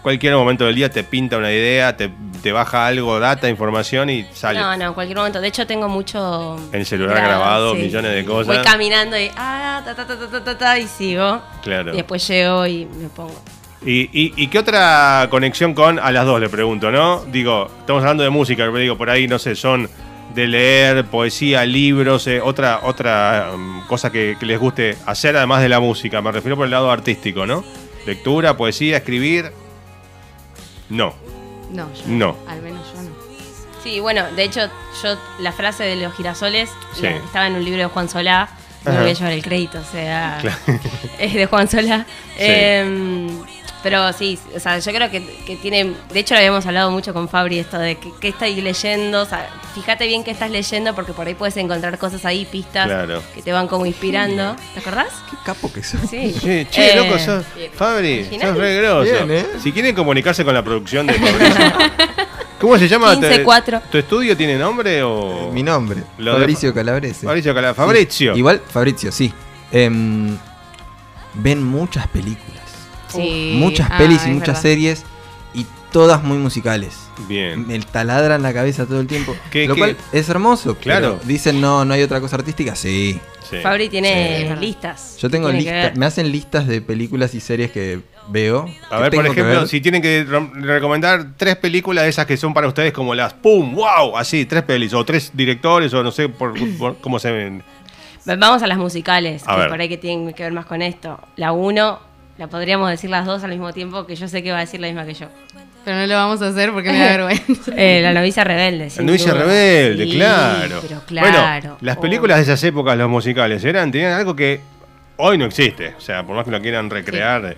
cualquier momento del día te pinta una idea, te, te baja algo, data, información y sale?
No, no, en cualquier momento. De hecho, tengo mucho.
En celular grabado, millones de cosas.
Voy caminando y. Ah, ta, ta, ta, ta, ta, ta, ta, y sigo.
Claro.
Y después llego y me pongo.
¿Y, y, y qué otra conexión con a las dos le pregunto, no? Digo, estamos hablando de música, pero digo, por ahí, no sé, son de leer, poesía, libros, eh, otra, otra mm, cosa que, que les guste hacer además de la música. Me refiero por el lado artístico, ¿no? Lectura, poesía, escribir. No.
No, yo
No.
Al menos yo no.
Sí, bueno, de hecho, yo la frase de los girasoles
Sí.
la- estaba en un libro de Juan Solá. No me
Ajá.
voy a llevar el crédito, o sea, es de Juan Solá. Em, pero sí, o sea, yo creo que, que tiene. De hecho, lo habíamos hablado mucho con Fabri, esto de que- qué estáis leyendo. O sea, fíjate bien qué estás leyendo, porque por ahí puedes encontrar cosas ahí, pistas
Claro.
que te van como inspirando. ¿Te acordás?
Qué capo que sos.
Sí.
Sí, che,
Eh,
loco, sos, Fabri,
original.
sos re groso.
Bien, ¿eh?
Si quieren comunicarse con la producción de Fabricio. ¿Cómo se llama?
15-4.
¿Tu estudio tiene nombre o...?
Mi nombre,
Lo de-
Fabricio Calabrese.
Fabricio Cala-
Sí.
Fabricio.
Igual, Fabricio, sí. Em, ven muchas películas.
Sí.
Muchas
Ah,
pelis
es
y muchas
verdad.
series. Y todas muy musicales.
Bien.
Me taladran la cabeza todo el tiempo.
¿Qué-
lo
qué?
cual es hermoso.
Claro.
Claro. Dicen, no, no hay otra cosa artística. Sí.
Sí.
Fabri
Sí, es
tiene
verdad.
listas.
Yo tengo
Tiene que
listas.
ver.
Me hacen listas de películas y series que veo.
A
que
ver, por
tengo que
ejemplo,
ver.
si tienen que rom- recomendar tres películas de esas que son para ustedes como las ¡Pum! ¡Wow! Así, tres pelis, o tres directores, o no sé por, por- cómo se ven.
Vamos a las musicales,
A
que
ver.
por ahí que tienen que ver más con esto. La uno, la podríamos decir las dos al mismo tiempo, que yo sé que va a decir la misma que yo.
Pero no lo vamos a hacer porque me da vergüenza.
Eh, la novicia rebelde.
La
sin
Novicia
duda.
Rebelde,
Sí,
claro.
Pero claro.
Bueno, las películas de esas épocas, los musicales, eran, tenían algo que hoy no existe. O sea, por más que lo quieran recrear,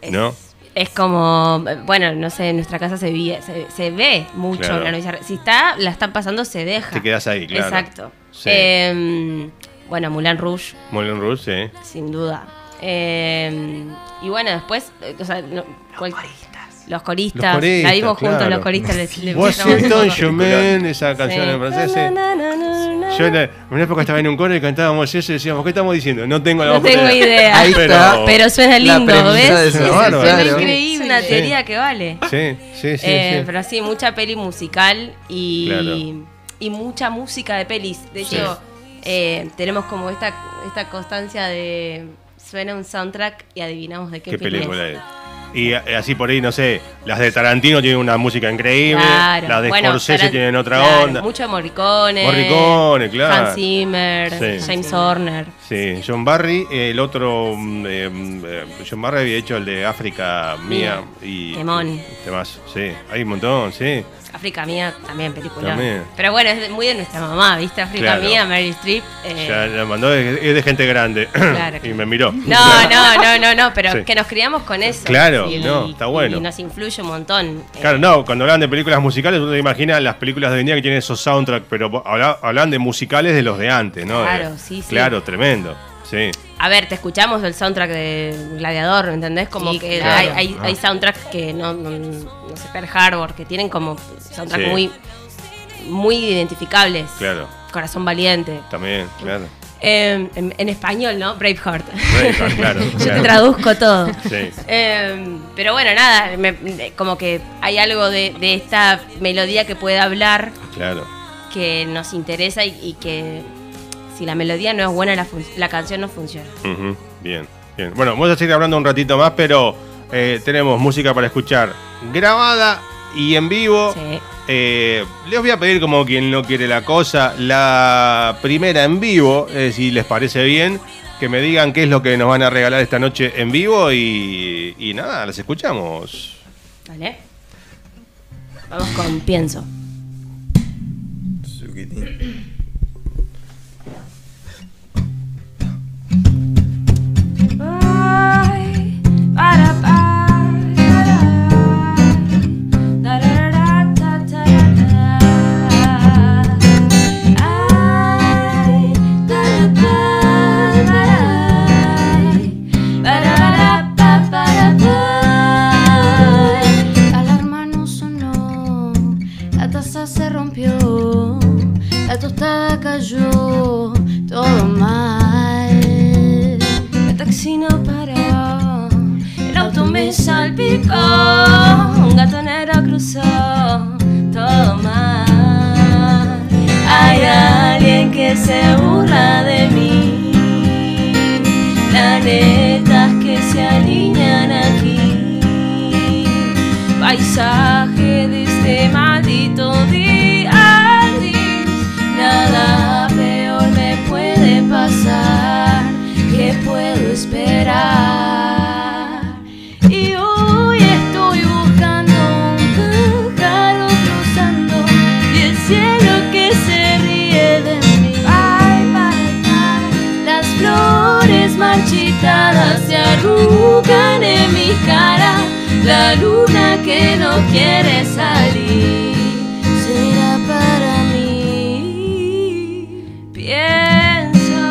Es-
¿no?
Es como, eh, bueno, no sé, en nuestra casa se, vi- se, se ve mucho
Claro.
la novicia rebelde. Si está, la están pasando, se deja.
Te quedás ahí, claro.
Exacto.
Sí.
Eh, bueno, Mulan Rouge,
Moulin Rouge, sí.
sin duda. Eh, y bueno, después, eh, o sea, no- cual- los coristas.
Los coristas,
la vimos juntos,
claro.
los coristas. les- les-
Washington
no,
Shumen, esa canción
Sí.
en francés, sí.
Na, na, na, na, na.
Yo en, la- en una época estaba en un coro y cantábamos eso y decíamos, ¿qué estamos diciendo? No tengo la
No
más puta
tengo idea.
Ahí está.
Pero suena
La
lindo,
premisa de
¿ves?
esa-
Es-
Bárbaro.
suena
Claro.
increíble. Es una
Sí.
teoría que vale.
Sí, sí, sí.
Eh,
sí.
Pero sí, mucha peli musical y,
Claro.
y mucha música de pelis. De
Sí.
hecho, eh, tenemos como esta, esta constancia de suena un soundtrack y adivinamos de qué,
Qué película
es.
es. Y eh, así por ahí, no sé, las de Tarantino tienen una música increíble,
Claro.
las de
Bueno,
Scorsese
Taran-
tienen otra
claro,
onda.
Mucho Morricone.
Morricone, claro.
Hans Zimmer,
Sí.
James Horner.
Sí, John Barry, eh, el otro, mm, eh, mm, eh, John Barry había hecho el de África Mía y...
Temón.
Temas, sí, hay un montón, sí.
África Mía también película.
También.
Pero bueno, es de- muy de nuestra mamá, ¿viste? África
Claro.
Mía, Meryl Streep. eh,
Ya la mandó, es es de gente grande.
Claro.
y me miró.
No, no, no, no, no, pero
Sí.
que nos criamos con eso.
Claro, no, está bueno.
Y nos influye un montón. eh,
Claro, no, cuando hablan de películas musicales, uno se imagina las películas de hoy en día que tienen esos soundtracks, pero po- habla- hablan de musicales de los de antes, ¿no?
Claro,
De-
sí, sí.
Claro, tremendo. Sí,
A ver, te escuchamos el soundtrack de Gladiador, ¿me entendés? Como
Sí,
que
claro. Ah.
hay, hay, hay soundtracks que no, no, no sé, Pearl Harbor, que tienen como soundtracks
Sí.
muy, muy identificables.
Claro.
Corazón valiente.
también, claro.
Eh, en, en español, ¿no? Braveheart.
Braveheart, claro,
Yo
claro.
te traduzco todo.
Sí.
Eh, pero bueno, nada, me- me- como que hay algo de, de esta melodía que puede hablar
Claro.
que nos interesa y, y que si la melodía no es buena, la, fun- la canción no funciona.
Ujú, Bien, bien. Bueno, vamos a seguir hablando un ratito más, pero eh, tenemos música para escuchar grabada y en vivo.
Sí.
Eh, les voy a pedir, como quien no quiere la cosa, la primera en vivo, eh, si les parece bien, que me digan qué es lo que nos van a regalar esta noche en vivo y, y nada, las escuchamos.
¿Vale? Vamos con pienso.
Bye, para, para. México, un gato negro cruzó todo mal. Hay alguien que se burla de mí. Planetas que se alinean aquí. Paisaje de este maldito día gris. Nada peor me puede pasar. ¿Qué puedo esperar? Y hoy estoy buscando un pájaro cruzando y el cielo que se ríe de mí. Las flores marchitadas se arrugan en mi cara, la luna que no quiere salir será para mí. Pienso.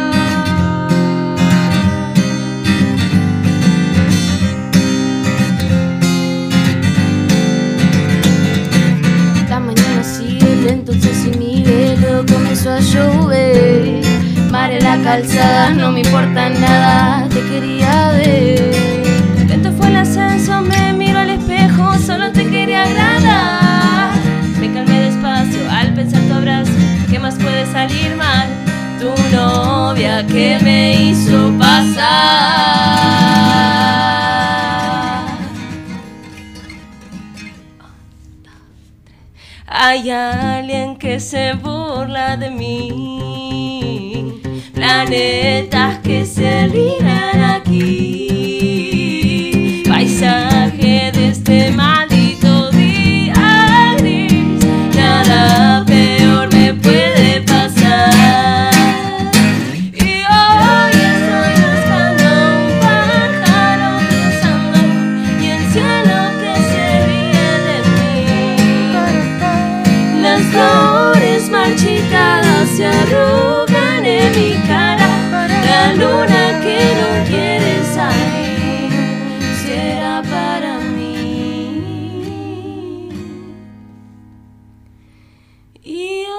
La mañana cielo, entonces si mi velo comenzó a llover. Mare la calzada, no me importa nada, te quería ver. Lento fue el ascenso, me miro al espejo, solo te quería agradar. Me calmé despacio al pensar tu abrazo, ¿qué más puede salir mal? Tu novia que me hizo pasar. Hay alguien que se burla de mí. Planetas que se ríen aquí. Paisaje de este maldito día gris. Nada peor me puede pasar. Y hoy estoy buscando un pájaro cruzando y el cielo que se ríe de mí. Las flores marchitadas se arrugan en mi cara. La luna que no quiere salir será para mí.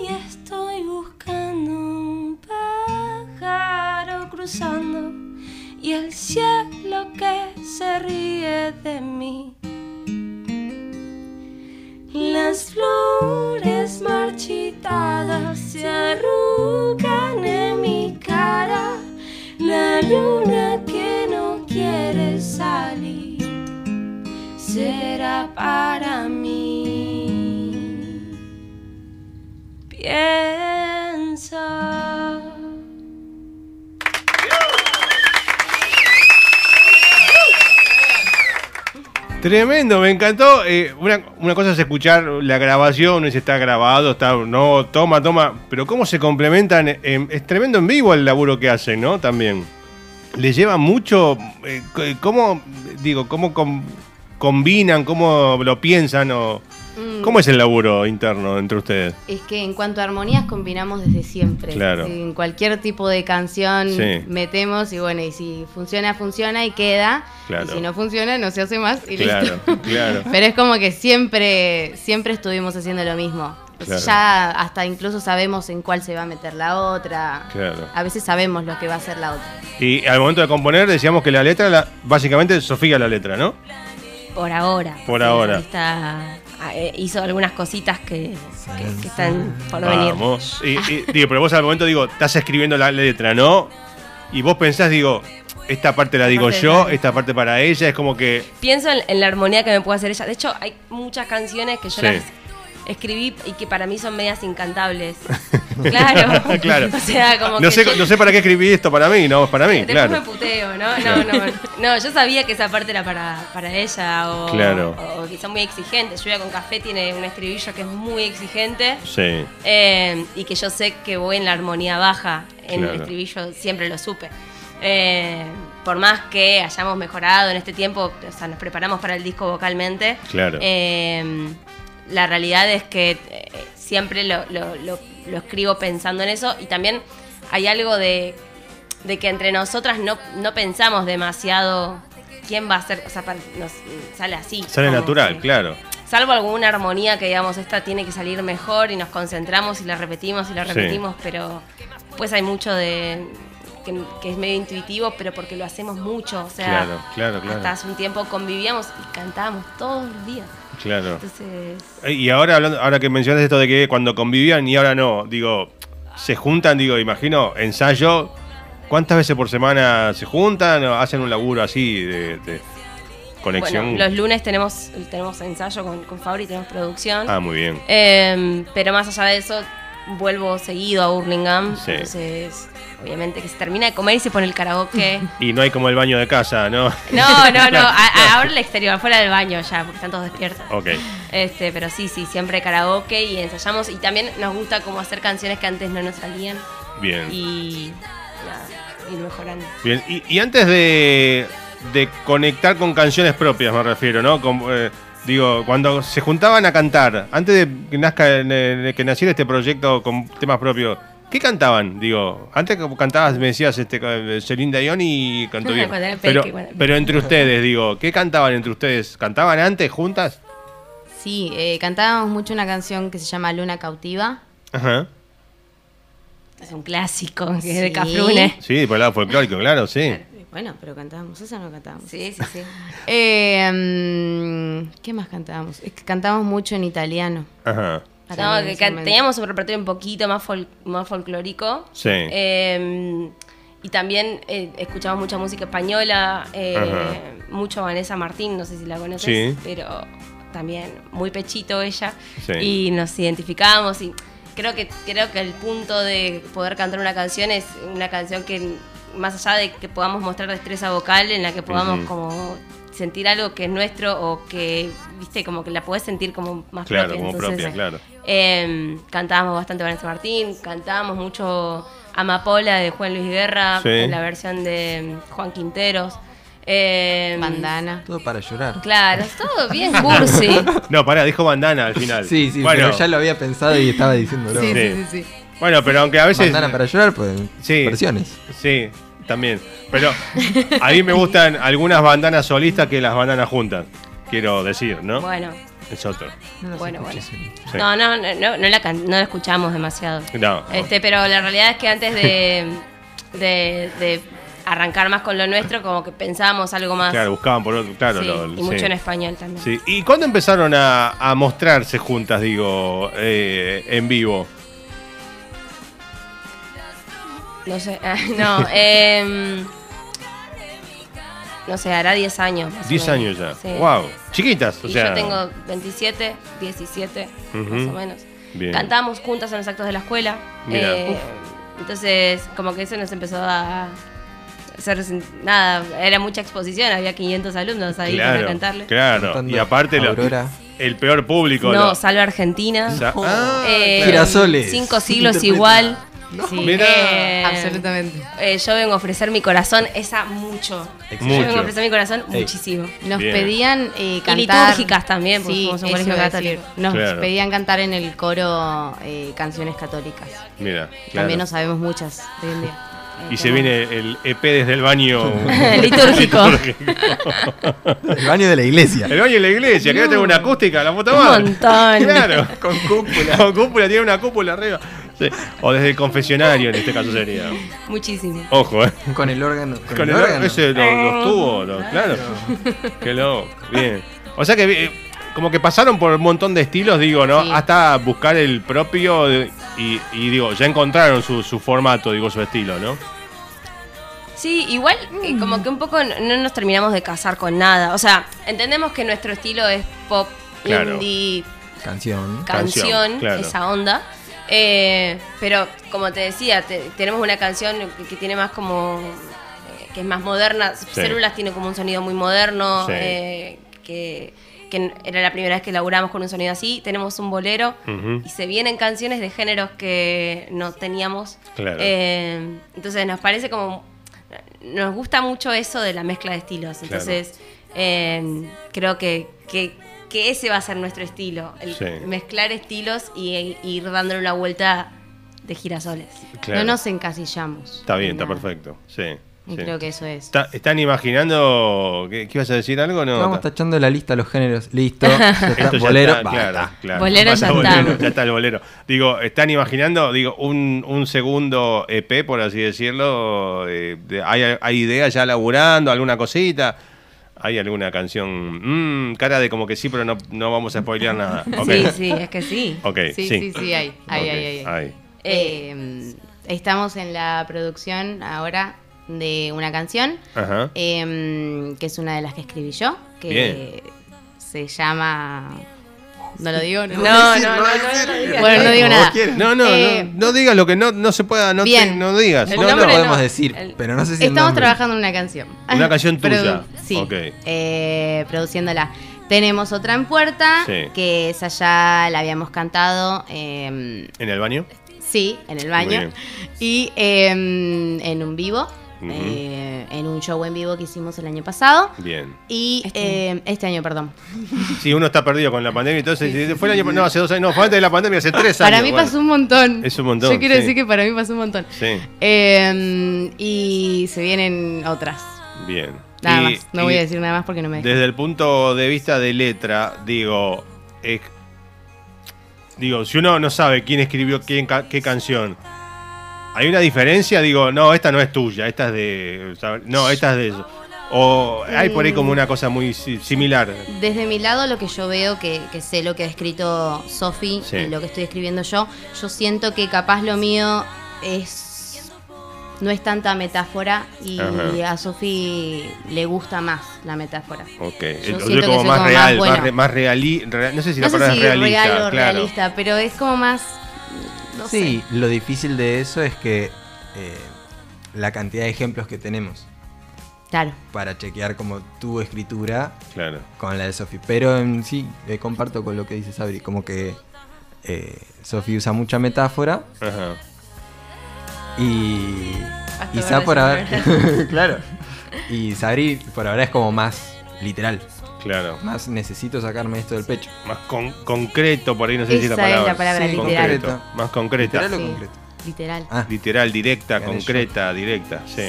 Y hoy estoy buscando un pájaro cruzando y el cielo que se ríe de mí. Las flores marchitadas se arrugan en mi cara, la luna que no quiere salir será para mí. Piensa.
Tremendo, me encantó. Eh, una, una cosa es escuchar la grabación, no sé si está grabado, está no, toma, toma. Pero cómo se complementan, en- es tremendo en vivo el laburo que hacen, ¿no? También. Le lleva mucho, eh, c- cómo, digo, cómo com- combinan, cómo lo piensan o... ¿Cómo es el laburo interno entre ustedes?
Es que en cuanto a armonías combinamos desde siempre.
Claro.
En cualquier tipo de canción
Sí.
metemos y bueno, y si funciona, funciona y queda.
Claro.
Y si no funciona, no se hace más y
Claro,
listo.
claro.
Pero es como que siempre, siempre estuvimos haciendo lo mismo. O sea,
Claro.
Ya hasta incluso sabemos en cuál se va a meter la otra.
Claro.
A veces sabemos lo que va a hacer la otra.
Y al momento de componer decíamos que la letra, la- básicamente Sofía la letra, ¿no?
Por ahora.
Por ahora.
Está, Ah, eh, hizo algunas cositas que, que- que están por venir.
Vamos. Y, y- digo, pero vos al momento digo, estás escribiendo la letra, ¿no? Y vos pensás, digo, esta parte la digo
parte
yo,
de-
esta parte para ella, es como que.
Pienso en, en la armonía que me puede hacer ella. De hecho, hay muchas canciones que yo
Sí.
las escribí y que para mí son medias incantables. claro.
claro.
O sea, como
no,
que
sé,
yo-
no sé para qué escribí esto para mí, no, es para mí,
Después me
claro.
puteo, ¿no? No, no, no. Yo sabía que esa parte era para, para ella o,
Claro.
o que son muy exigentes. Lluvia con café tiene un estribillo que es muy exigente.
Sí.
Eh, y que yo sé que voy en la armonía baja. En
Claro.
el estribillo siempre lo supe. Eh, por más que hayamos mejorado en este tiempo, o sea, nos preparamos para el disco vocalmente.
Claro.
Eh, la realidad es que eh, siempre lo, lo- lo- lo escribo pensando en eso y también hay algo de, de que entre nosotras no, no pensamos demasiado quién va a ser, o sea, para- nos sale así.
Sale
como
natural,
que-
claro.
Salvo alguna armonía que digamos, esta tiene que salir mejor y nos concentramos y la repetimos y la
Sí.
repetimos, pero pues hay mucho de
que, que es medio intuitivo, pero porque lo hacemos mucho. O sea,
Claro, claro, claro.
hasta hace un tiempo convivíamos y cantábamos todos los días.
Claro.
Entonces,
Eh, Y ahora, hablando, ahora que mencionas esto de que cuando convivían y ahora no, digo, se juntan, digo, imagino, ensayo. ¿Cuántas veces por semana se juntan o hacen un laburo así de, de conexión?
bueno, los lunes tenemos, tenemos ensayo con, con Fabri, tenemos producción.
ah, muy bien.
Eh, pero más allá de eso, vuelvo seguido a Hurlingham.
Sí.
Entonces, obviamente que se termina de comer y se pone el karaoke.
Y no hay como el baño de casa, ¿no?
No, no, no. a- a- ahora el exterior, afuera del baño ya, porque están todos despiertos.
Ok.
Este, pero sí, sí, siempre karaoke y ensayamos. Y también nos gusta como hacer canciones que antes no nos salían.
Bien.
Y nada, ir mejorando.
Bien, y, y antes de, de conectar con canciones propias, me refiero, ¿no? Con, eh, digo, cuando se juntaban a cantar, antes de que, nazca, eh, que naciera este proyecto con temas propios, ¿qué cantaban? Digo, antes que cantabas, me decías este, eh, Celine Dion y cantó bien.
Cuando era peque,
pero,
cuando era
pero entre ustedes, digo, ¿qué cantaban entre ustedes? ¿Cantaban antes, juntas?
Sí, eh, cantábamos mucho una canción que se llama Luna Cautiva.
Ajá.
Es un clásico que es de
Sí.
Cafrune.
Sí, por el lado folclórico, claro, sí.
Bueno, pero cantábamos, esa no cantábamos.
Sí, sí, sí.
Eh, mm, ¿Qué más cantábamos? Es que cantábamos mucho en italiano.
Ajá.
No,
mí en
que
ese
can-
momento.
teníamos un repertorio un poquito más, fol- más folclórico.
Sí.
Eh, y también eh, escuchamos mucha música española, eh,
Ajá.
mucho Vanessa Martín, no sé si la conoces,
Sí.
pero también muy pechito ella.
Sí.
Y nos identificábamos y creo que, creo que el punto de poder cantar una canción es una canción que más allá de que podamos mostrar destreza vocal, en la que podamos
Ujú.
como sentir algo que es nuestro o que, viste, como que la podés sentir como más
Claro,
propia.
como
Entonces,
propia, claro.
eh, cantábamos bastante Vanessa Martín, cantábamos mucho Amapola de Juan Luis Guerra,
Sí.
en la versión de mm, Juan Quinteros. Eh,
Bandana.
Todo para llorar.
Claro, todo bien cursi.
No, pará, dijo bandana al final.
Sí, sí,
bueno,
pero ya lo había pensado y estaba diciéndolo.
Sí.
sí, sí, sí.
Bueno, pero aunque a veces.
Bandana para llorar, pues
Sí.
versiones.
Sí, también. Pero a mí me gustan algunas bandanas solistas que las bandanas juntas. Quiero decir, ¿no?
Bueno,
Es otro.
No las
Bueno,
escuché, sí.
Sí.
no, no, no, no, no la, can- no la escuchamos demasiado.
No.
Este, pero la realidad es que antes de, de, de arrancar más con lo nuestro, como que pensábamos algo más.
Claro, buscaban por otro. Claro,
Sí,
lo-
y
sí.
mucho en español también.
Sí. ¿Y cuándo empezaron a, a mostrarse juntas, digo, eh, en vivo?
No sé, ah, no. em, no sé, hará 10 años. más o
10 años
menos.
ya.
Sí.
¡Wow! Chiquitas, o
Y
sea.
yo tengo 27, 17, más
Ujú.
o menos.
Bien.
Cantábamos juntas en los actos de la escuela.
Mirá.
eh, entonces, como que eso nos empezó a hacer sen- nada, era mucha exposición, había 500 alumnos ahí para cantarle.
claro. Y aparte, lo-
Aurora.
el peor público.
No,
lo-
Salve Argentina.
Sa- Ah,
Eh,
claro.
Girasoles.
Cinco siglos
Interpreta.
igual.
Sí, em,
Mirá.
Eh,
absolutamente.
Eh, yo vengo a ofrecer mi corazón, esa mucho. Yo vengo a ofrecer mi corazón
Ey.
muchísimo.
Nos
Bien.
pedían eh,
Y
cantar.
litúrgicas también, porque
Sí,
somos un
eso
colegio
iba a
católico.
decir. Nos
Claro.
pedían cantar en el coro eh, canciones católicas.
Mira, claro.
También no sabemos muchas hoy en día.
Y se viene el EP desde el baño.
Litúrgico.
El baño de la iglesia.
El baño de la iglesia, que no tengo una acústica, la puta
Un
madre.
montón.
Claro.
Con cúpula.
Con cúpula, tiene una cúpula arriba. Sí. O desde el confesionario, en este caso sería.
Muchísimo.
Ojo, ¿eh?
Con el órgano. Con,
Con el órgano. Ese, los, los tubos, los- claro. Qué loco. Bien. O sea que, eh, como que pasaron por un montón de estilos, digo, ¿no?
Sí.
Hasta buscar el propio de- y, y, digo, ya encontraron su, su formato, digo, su estilo, ¿no?
Sí, igual eh, como que un poco n- no nos terminamos de casar con nada. O sea, entendemos que nuestro estilo es pop,
Claro.
indie,
Canción.
canción,
Canción, claro.
esa onda. Eh, pero como te decía, te- tenemos una canción que, que tiene más como. eh, que es más moderna. Células tiene como un sonido muy moderno.
Sí.
eh, que, que era la primera vez que laburamos con un sonido así. Tenemos un bolero.
Ujú.
Y se vienen canciones de géneros que no teníamos.
Claro.
Eh, entonces nos parece como. Nos gusta mucho eso de la mezcla de estilos.
Claro.
Entonces eh, creo que, que- que ese va a ser nuestro estilo. El
Sí.
mezclar estilos y, y ir dándole una vuelta de girasoles.
Claro.
No nos encasillamos.
Está bien, está
Nada.
perfecto. Sí.
Y
Sí.
creo que eso es.
Está- ¿Están imaginando que, que ibas a decir algo? No,
Vamos
ta-
tachando la lista de los géneros. Listo. ya está,
esto ya
bolero.
está,
basta.
claro, claro.
Bolero
Pasa
ya
bolero,
está.
ya está el bolero. Digo, ¿están imaginando, digo, un, un segundo EP, por así decirlo? eh, de- ¿hay, ¿Hay ideas ya laburando, alguna cosita? ¿Hay alguna canción? Mm, cara de como que sí, pero no, no vamos a spoilear nada. Ok,
Sí, sí, es que sí.
ok,
sí, sí, sí, hay. Hay,
Ok,
hay, hay, hay.
hay.
Eh, estamos en la producción ahora de una canción,
Ajá.
eh, que es una de las que escribí yo, que
Bien.
se llama... No lo digo,
No, no, no, no, no, no digas.
Bueno, no digo
Como vos
nada.
quieras.
No, no,
Eh,
no, no digas lo que no, no se pueda, no, te-
Bien.
no digas.
El
No,
No,
no.
lo
nombre
podemos
no.
decir,
El-
pero no sé si el
Estamos
nombre.
trabajando en una canción.
Una canción
Produ-
tuya.
Sí.
Ok.
Eh, produciéndola. Tenemos otra en puerta,
Sí.
que esa ya la habíamos cantado, eh,
¿En el baño?
sí, en el
Muy
baño.
bien.
Y eh, en un vivo,
Ujú.
eh, en un show en vivo que hicimos el año pasado.
Bien.
Y
Este
eh, este año, perdón.
Si uno está perdido con la pandemia, entonces dice, fue el año, no, hace dos años, no, fue antes de la pandemia, hace tres
Para
años.
mí
Este bueno.
pasó un montón.
Es un montón,
Yo quiero
sí.
decir que para mí pasó un montón.
Sí,
Eh, y se vienen otras.
bien.
Nada
Y-
más. No
y
voy a decir nada más porque no me dejan.
Desde el punto de vista de letra, digo, es- digo, si uno no sabe quién escribió quién ca- qué canción, hay una diferencia, digo, no, esta no es tuya, esta es de, ¿sabes? no, esta es de ellos. O hay por ahí como una cosa muy si- similar.
Desde mi lado, lo que yo veo, que, que sé lo que ha escrito Sofi
Sí.
y lo que estoy escribiendo yo, yo siento que capaz lo mío es. no es tanta metáfora y
Ajá.
a Sofi le gusta más la metáfora.
Ok,
siento
yo
que
como
soy
más
como más
real, más,
buena.
re- más reali- real- no sé si la
no sé
palabra
si
es realista,
real
claro.
o realista, pero es como más. no
Sí, lo difícil de eso es que eh, la cantidad de ejemplos que tenemos
sé. Claro.
para chequear como tu escritura
Claro.
con la de Sofi. Pero en sí, eh, comparto con lo que dice Sabri, como que eh, Sofi usa mucha metáfora
Ajá.
y
Hasta
quizá
ahora
por
sí,
haber... claro. Y Sabri por ahora es como más literal,
Claro.
más necesito sacarme esto del pecho.
Más con- concreto, por ahí no sé si es la
Esa es
palabra.
la palabra,
Sí,
literal.
concreto.
Concreto, Más concreta.
¿Literal o
Sí.
concreto?
Literal.
Ah,
Literal, directa,
Gané yo.
concreta, directa, sí.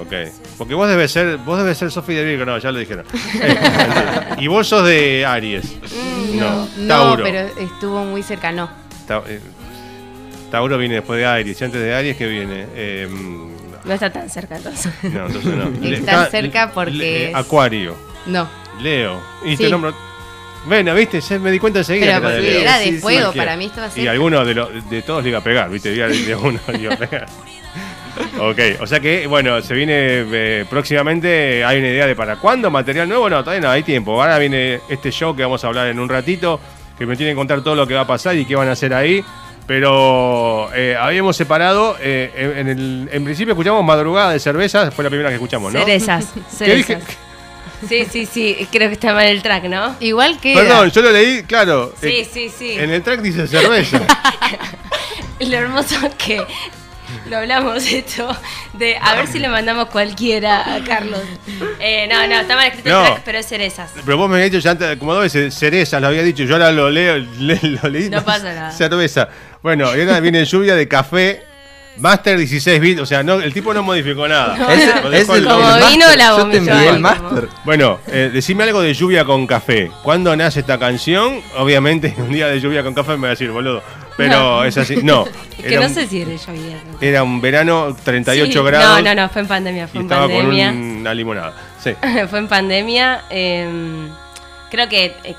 Ok. Porque vos debes ser, vos debes ser Sofi de Virgo, no, ya lo dijeron. Eh, y vos sos de Aries. No,
Mm, No,
Tauro.
pero estuvo muy cerca, no.
Ta- eh, Tauro viene después de Aries. Y antes de Aries, ¿qué viene? Eh, no,
No está tan cerca entonces.
entonces no.
Está
Está
cerca porque es-
Acuario,
No.
Leo. Y
Sí.
te nombro. Bueno, viste, Se- me di cuenta enseguida
Pero
que era de
porque
Leo.
era
Sí,
de
sí,
fuego,
cualquiera.
para mí
Ah,
estaba
Y
cerca.
alguno de, los de todos le iba a pegar, ¿viste? Diga, De uno le iba a pegar. Ok, o sea que, bueno, se viene eh, próximamente, hay una idea de para cuándo, material nuevo, no, todavía no hay tiempo. Ahora viene este show que vamos a hablar en un ratito, que me tienen que contar todo lo que va a pasar y qué van a hacer ahí. Pero eh, habíamos separado, eh, en, en el, en principio escuchamos Madrugada de Cervezas, fue la primera que escuchamos, ¿no?
Cerezas,
¿Qué dije?
cerezas. Sí, sí, sí, creo que está mal el track, ¿no?
Igual que.
Perdón, yo lo leí, claro.
Sí,
eh,
sí, sí.
En el track dice cerveza.
Lo hermoso que lo hablamos esto de a ver si le mandamos cualquiera a Carlos. Eh, no, no, está mal escrito
No.
el track, pero es cerezas.
Pero vos me habías dicho ya antes, como dos veces, cerezas, lo había dicho, yo ahora lo leo, le- lo leí.
No pasa nada.
Cerveza. Bueno, y ahora viene lluvia de café, Master 16 bits, o sea, no, el tipo no modificó nada.
Ese-
Lo
ese
dejó el-
es
Como
el
vino,
máster.
la
Yo te
vomitó
envié
ahí,
el máster.
Bueno, eh, decime algo de lluvia con café. ¿Cuándo nace esta canción? Obviamente, un día de lluvia con café me va a decir, boludo. Pero
No.
es así. No.
Es que
Era,
no
un-
sé si era lluvia.
era un verano, 38
Sí,
grados.
No, no, no, fue en pandemia,
Y
fue en
estaba con
pandemia.
una limonada. Sí.
fue en pandemia. eh, creo que eh,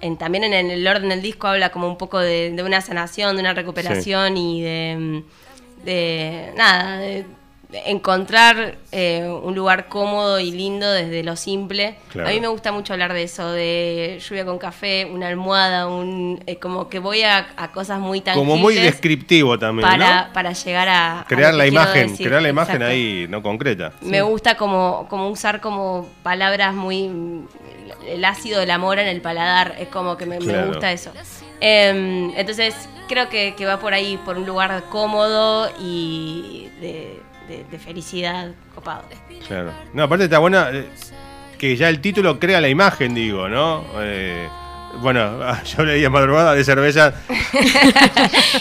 en- también en el, el orden del disco habla como un poco de, de una sanación, de una recuperación y de, mm, de nada, de, de encontrar eh, un lugar cómodo y lindo desde lo simple.
Claro.
A mí me gusta mucho hablar de eso, de lluvia con café, una almohada, un eh, como que voy a, a cosas muy tangibles.
Como muy descriptivo también.
para,
¿no?
para llegar a a
Crear
lo
la
que quiero
imagen,
decir.
crear la imagen
Exacto.
ahí, no concreta.
Me gusta como, como usar como palabras muy... mm, El ácido del amor en el paladar, es como que me, me
Claro.
gusta eso. Em, entonces creo que, que va por ahí, por un lugar cómodo y de, de- de felicidad copado.
Claro. No, aparte está buena eh, que ya el título crea la imagen, digo, ¿no? Eh, Bueno, yo leí en madrugada de cerveza.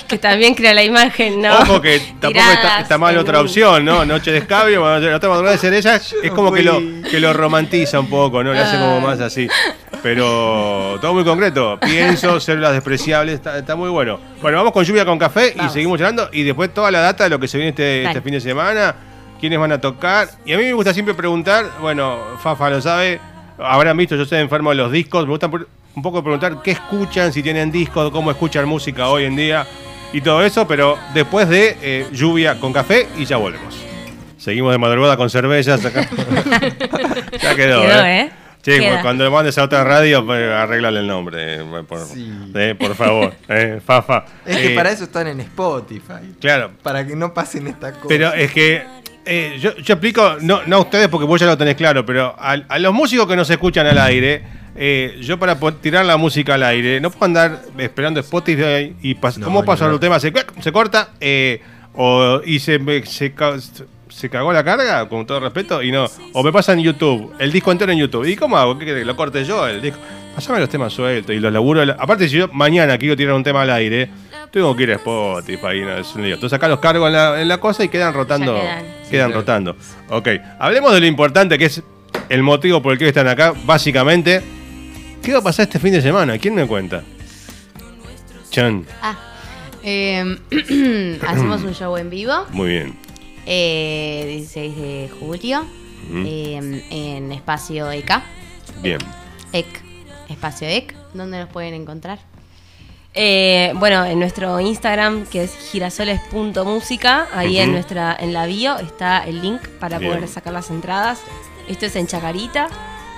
que también crea la imagen, ¿no?
Ojo que tampoco está, está mal otra opción, ¿no? Noche de escabio, bueno, otra madrugada de cerveza. Es como que lo, que lo romantiza un poco, ¿no? Le hace como más así. Pero todo muy concreto. Pienso, células despreciables, está, está muy bueno. Bueno, vamos con lluvia con café y seguimos charlando. Y después toda la data de lo que se viene este, este
Dale.
fin de semana, quiénes van a tocar. Y a mí me gusta siempre preguntar, bueno, Fafa lo sabe, habrán visto, yo soy enfermo de los discos. Me gusta por- un poco preguntar qué escuchan, si tienen discos, cómo escuchan música hoy en día y todo eso. Pero después de eh, lluvia con café y ya volvemos. Seguimos de madrugada con cervezas acá. ya quedó,
Quedó,
¿eh?
¿eh?
Che,
Queda.
cu- cuando mandes a otra radio, pues, arréglale el nombre, eh, por,
Sí.
eh, por favor, eh, Fafa.
Es que
Eh,
para eso están en Spotify.
Claro,
Para que no pasen estas cosas.
pero es que eh, yo, yo explico, no, no a ustedes porque vos ya lo tenés claro, pero al- a, los músicos que nos escuchan al aire, eh, yo para po- tirar la música al aire, no puedo andar esperando Spotify y pas-
No,
cómo
ni
pasan
hablar.
los temas, se, cuac, se corta eh, o, y se, me- se, ca- se cagó la carga, con todo respeto, y no. O me pasa en YouTube, el disco entero en YouTube. ¿Y cómo hago? ¿Qué querés? ¿Lo corte yo el disco? Pasame los temas sueltos y los laburo. al- Aparte, si yo mañana quiero tirar un tema al aire, tengo que ir a Spotify. No, es un lío. Entonces acá los cargo en la, en la cosa y quedan rotando.
quedan.
Quedan rotando. Ok, hablemos de lo importante que es el motivo por el que están acá, básicamente. ¿Qué va a pasar este fin de semana? ¿Quién me cuenta? Chan,
Ah, eh, hacemos un show en vivo,
muy bien.
eh, 16 de julio,
Ujú.
eh, en Espacio E EK.
Bien.
EC, Espacio EC, ¿dónde nos pueden encontrar?
Eh, bueno, en nuestro Instagram, que es girasoles.música, ahí en
Ujú.
nuestra, en la bio está el link para
Bien.
poder sacar las entradas. Esto es en Chacarita,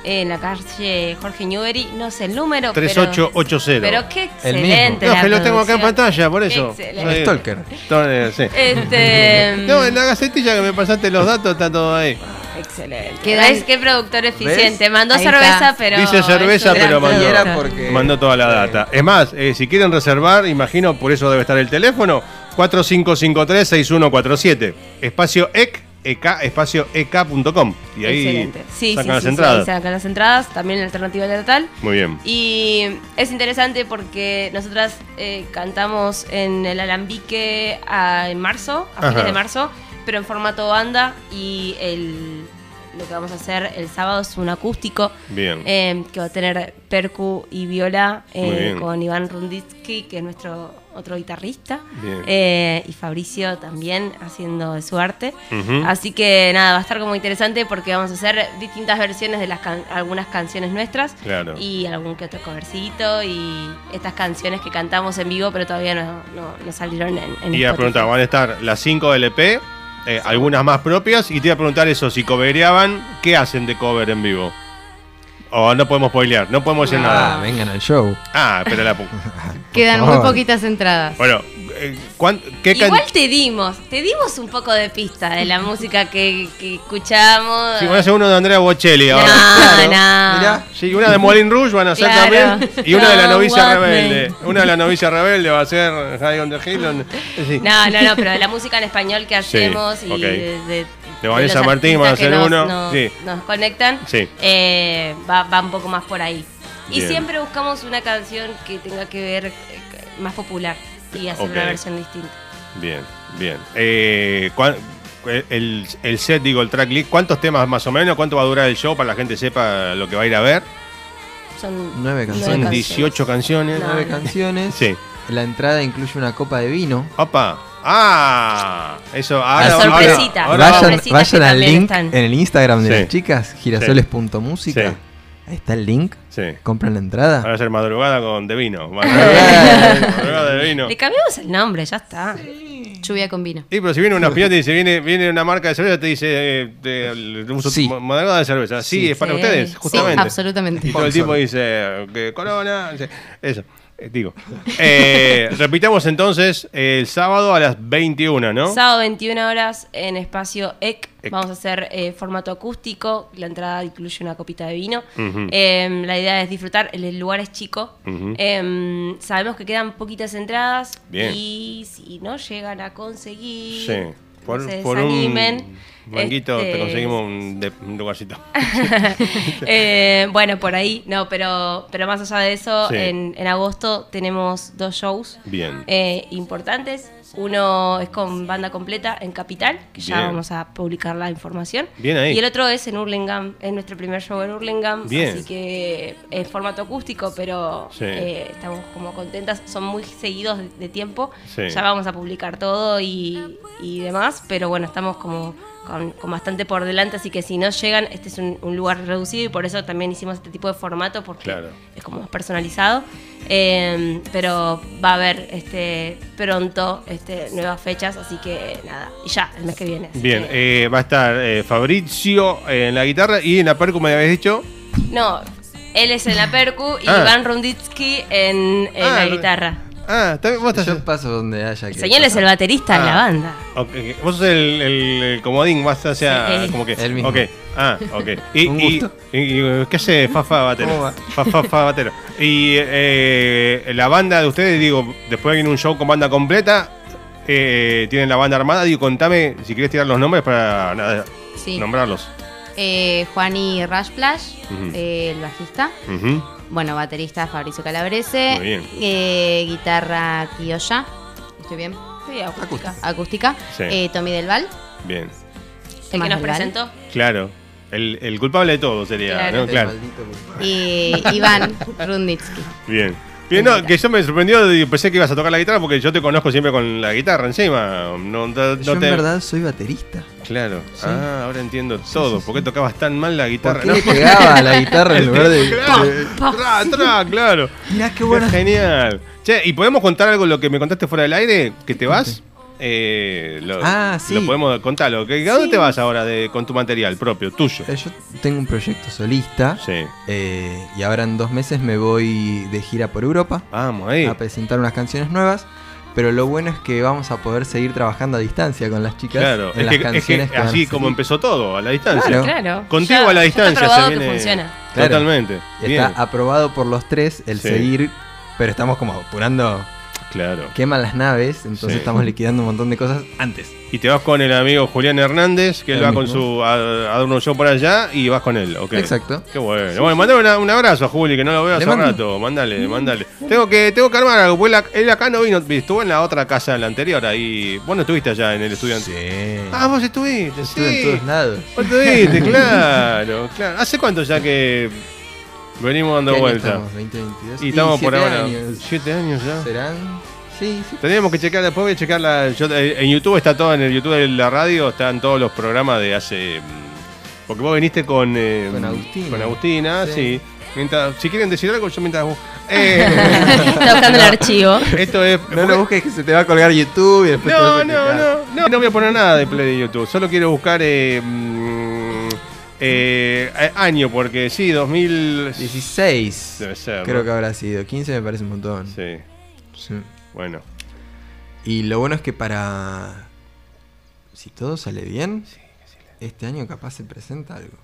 en la calle Jorge Newbery, no sé el número, pero.
3880.
Pero qué
El mismo.
excelente.
no,
la
que lo tengo acá en
producción.
pantalla, por eso.
Excelente.
Soy-
Stalker.
Ton- eh, sí.
Este,
No, en la gacetilla que me pasaste los datos está todo ahí.
Excelente.
¿Qué
¿Ves
dan-
qué productor eficiente? Mandó
Ahí
cerveza,
está.
pero.
Dice cerveza,
es un
pero
gran
mandó.
Y
productor.
era porque-
Mandó toda la data. Es más, eh, si quieren reservar, imagino por eso debe estar el teléfono, 4553-6147. Espacio E EC, EK, espacio E EK.com. Y ahí
Excelente. Sí,
sacan
sí,
las
sí, sí,
entradas.
ahí sacan las entradas, también en alternativa letal.
Muy bien.
Y es interesante porque nosotras eh, cantamos en el Alambique a- en marzo, a fines
Ajá.
de marzo, pero en formato banda y el, lo que vamos a hacer el sábado es un acústico
Bien.
eh, que va a tener percu y viola eh,
Muy bien.
con Iván Runditsky, que es nuestro otro guitarrista,
Bien.
eh, y Fabricio también haciendo de su arte.
Ujú.
Así que nada, va a estar como interesante porque vamos a hacer distintas versiones de las can- algunas canciones nuestras
Claro.
y algún que otro covercito y estas canciones que cantamos en vivo pero todavía no, no- no salieron en, en
Y iba a
Spotify.
preguntar, van a estar las 5 LP, eh, algunas más propias, y te iba a preguntar eso, si covereaban, ¿qué hacen de cover en vivo? O no podemos spoilear, no podemos decir
Ah,
nada.
vengan al show.
Ah, pero la pu-
Quedan
favor.
muy poquitas entradas.
Bueno, eh, ¿cuán- ¿qué can-
Igual te dimos, te dimos un poco de pista de la música que, que escuchamos.
Sí, van a hacer uno de Andrea Bocelli
no,
ahora.
Ah, no.
Mirá,
Sí, una de Molin Rouge van a hacer
Claro.
también. Y una de la
No,
novicia
Watney.
rebelde. Una de la novicia rebelde va a ser High on the Hill. on- sí.
No, no, no, pero de la música en español que hacemos
Sí,
y
ok.
de, de-
De Vanessa
los
Martín
artistas
van a
que
hacer
nos-
uno,
Nos,
sí.
nos conectan.
Sí.
eh, va, va un poco más por ahí. Y
Bien.
siempre buscamos una canción que tenga que ver eh, más popular y hacer
Ok.
una versión distinta.
Bien, bien. Eh, ¿cuán- el, el set, digo, el track list, ¿cuántos temas más o menos? ¿Cuánto va a durar el show para la gente sepa lo que va a ir a ver?
Son
Nueve canciones.
Son
canciones.
18 canciones.
No.
nueve canciones.
Sí.
La entrada incluye una copa de vino.
Opa. ¡Ah! Eso, ahora,
La
ahora-
sorpresita.
ahora
Vaya-
vayan
vamos-
sorpresitas
vayan
que
al
también
link
están.
en el Instagram de
Sí.
las chicas, girasoles.música.
Sí.
Ahí está el link.
Sí.
Compran la entrada.
Ahora va a ser madrugada con De Vino. Madrugada de Vino.
Le cambiamos el nombre, ya está.
Lluvia con vino.
Sí, pero si viene una piñata y dice, viene, viene una marca de cerveza, te dice, eh, te- el- uso-
Sí.
ma- madrugada de cerveza. Sí,
Sí.
es para
Sí.
ustedes,
Sí,
justamente.
absolutamente.
Y todo el
Sponsor.
tipo dice, que corona, dice, eso. eh, Digo, Eh, repitamos entonces eh, el sábado a las 21, ¿no?
Sábado 21 horas en espacio EC.
EC.
Vamos a hacer eh, formato acústico. La entrada incluye una copita de vino.
Ujú.
Eh, la idea es disfrutar. El, el lugar es chico.
Ujú.
Eh, sabemos que quedan poquitas entradas.
Bien.
Y si no llegan a conseguir,
Sí, por-
no se
por un-
desanimen.
Manguito, te
Este-
conseguimos un, de- un lugarcito.
Eh, bueno, por ahí, no, pero, pero más allá de eso,
Sí.
en, en agosto tenemos dos shows
Bien.
eh, importantes. Uno es con banda completa en Capital, que ya
Bien.
vamos a publicar la información.
Bien ahí.
Y el otro es en Hurlingham, es nuestro primer show en Hurlingham,
Bien.
así que en formato acústico, pero
Sí.
eh, estamos como contentas, son muy seguidos de, de tiempo,
Sí.
ya vamos a publicar todo y, y demás, pero bueno, estamos como con, con bastante por delante, así que si no llegan, este es un, un lugar reducido y por eso también hicimos este tipo de formato, porque
Claro.
es como más personalizado. Eh, pero va a haber este pronto este, nuevas fechas, así que nada, y ya, el mes que viene. así
Bien,
que-
eh, va a estar eh, Fabrizio eh, en la guitarra y en la percu, me habías dicho.
No, él es en la percu y
Ah.
Iván Runditsky en, en
Ah,
la
re-
guitarra.
Ah, también vos estás.
Yo paso donde haya
El
que.
señor es el baterista de la
Ah.
banda.
Ok, Vos sos el, el- el comodín, vas hacia.
Sí.
Como que.
El mismo.
Ok. Ah, ok. Y,
Un
y-
gusto.
y- y- ¿Qué hace Fafa Batero?
¿Cómo va?
Fafa, Fafa Batero. Y eh, la banda de ustedes, digo, después viene un show con banda completa. eh, tienen la banda armada. Digo, contame si quieres tirar los nombres para nada,
Sí.
nombrarlos.
Eh, Juani Rashplash,
Ujú.
eh, el bajista.
Ujú.
Bueno, baterista Fabricio Calabrese.
Muy bien.
Eh, guitarra Kiyoya. ¿Estoy bien?
Sí, acústica.
Acústica.
Sí.
Eh, Tommy Del Val.
Bien.
El que
Más
nos
del Val.
presentó.
Claro. El, el culpable de todo sería,
Claro.
¿no?
El
Claro.
maldito culpable.
Y Iván Runditsky.
Bien. Bien, no, que yo me sorprendió y pensé que ibas a tocar la guitarra porque yo te conozco siempre con la guitarra encima. No, no- no
Yo en
te...
verdad soy baterista.
Claro. Ah, ahora entiendo todo. ¿Por qué tocabas tan mal la
¿Por
guitarra?
qué
¿no?
le pegaba a la guitarra en lugar de.
Claro,
de-
tra, tra, claro.
Mirá qué bueno.
Genial. Che, ¿y podemos contar algo lo que me contaste fuera del aire? ¿Que te vas? Eh, lo,
Ah, sí.
Lo podemos contarlo. ¿Que- ¿A dónde te vas ahora de, con tu material propio, tuyo?
Eh, Yo tengo un proyecto solista.
Sí.
eh, y ahora en dos meses me voy de gira por Europa
Vamos ahí.
a presentar unas canciones nuevas. Pero lo bueno es que vamos a poder seguir trabajando a distancia con las chicas.
Claro,
en
es
las
que, es que
canciones que van a
así
salir.
como empezó todo, a la distancia.
Claro.
Claro.
Contigo
Ya-
a la
ya está
distancia se
probado que
viene-
funciona.
Claro.
Totalmente.
Está
Bien.
aprobado por los tres el
Sí.
seguir, pero estamos como apurando,
Claro.
queman las naves, entonces
Sí.
estamos liquidando un montón de cosas Ah, antes.
Y te vas con el amigo Julián Hernández, que él
El
va con
mismo.
su a, a dar un show para allá y vas con él, ok.
Exacto.
Qué bueno. bueno, mandale una- un abrazo a Juli, que no lo veo hace
Le mando.
rato. Mándale, mándale. Tengo que, tengo que armar algo, porque él ac- él acá no vino, estuvo en la otra casa, la anterior, ahí. Vos no estuviste allá en el estudiante. Ah, vos estuviste.
Estuve
sí.
en todos lados.
Vos estuviste, claro, claro. ¿Hace cuánto ya que venimos dando
¿Qué año
vuelta?
Estamos, 2022.
Y estamos por
17
ahora.
años.
Siete años ya.
¿Serán? Sí, sí.
Teníamos que checar, después voy a checar la, yo- eh, en YouTube está todo, en el YouTube de la radio están todos los programas de hace... mm, Porque vos viniste con... eh,
Con Agustina.
Con Agustina, sí.
Sí.
Mientras, si quieren decir algo, yo mientras... bus- Eh,
Está buscando el archivo.
esto es...
No lo busques que se te va a colgar YouTube y después te vas
no,
a
no,
quejar.
no, no, no voy a poner nada de play de YouTube. Solo quiero buscar eh, mm, eh, a- año, porque sí, 2000...
16.
Debe ser,
Creo
¿no?
que habrá sido. 15 me parece un montón.
Sí,
Sí.
bueno.
Y lo bueno es que para. Si todo sale bien, este año capaz se presenta algo.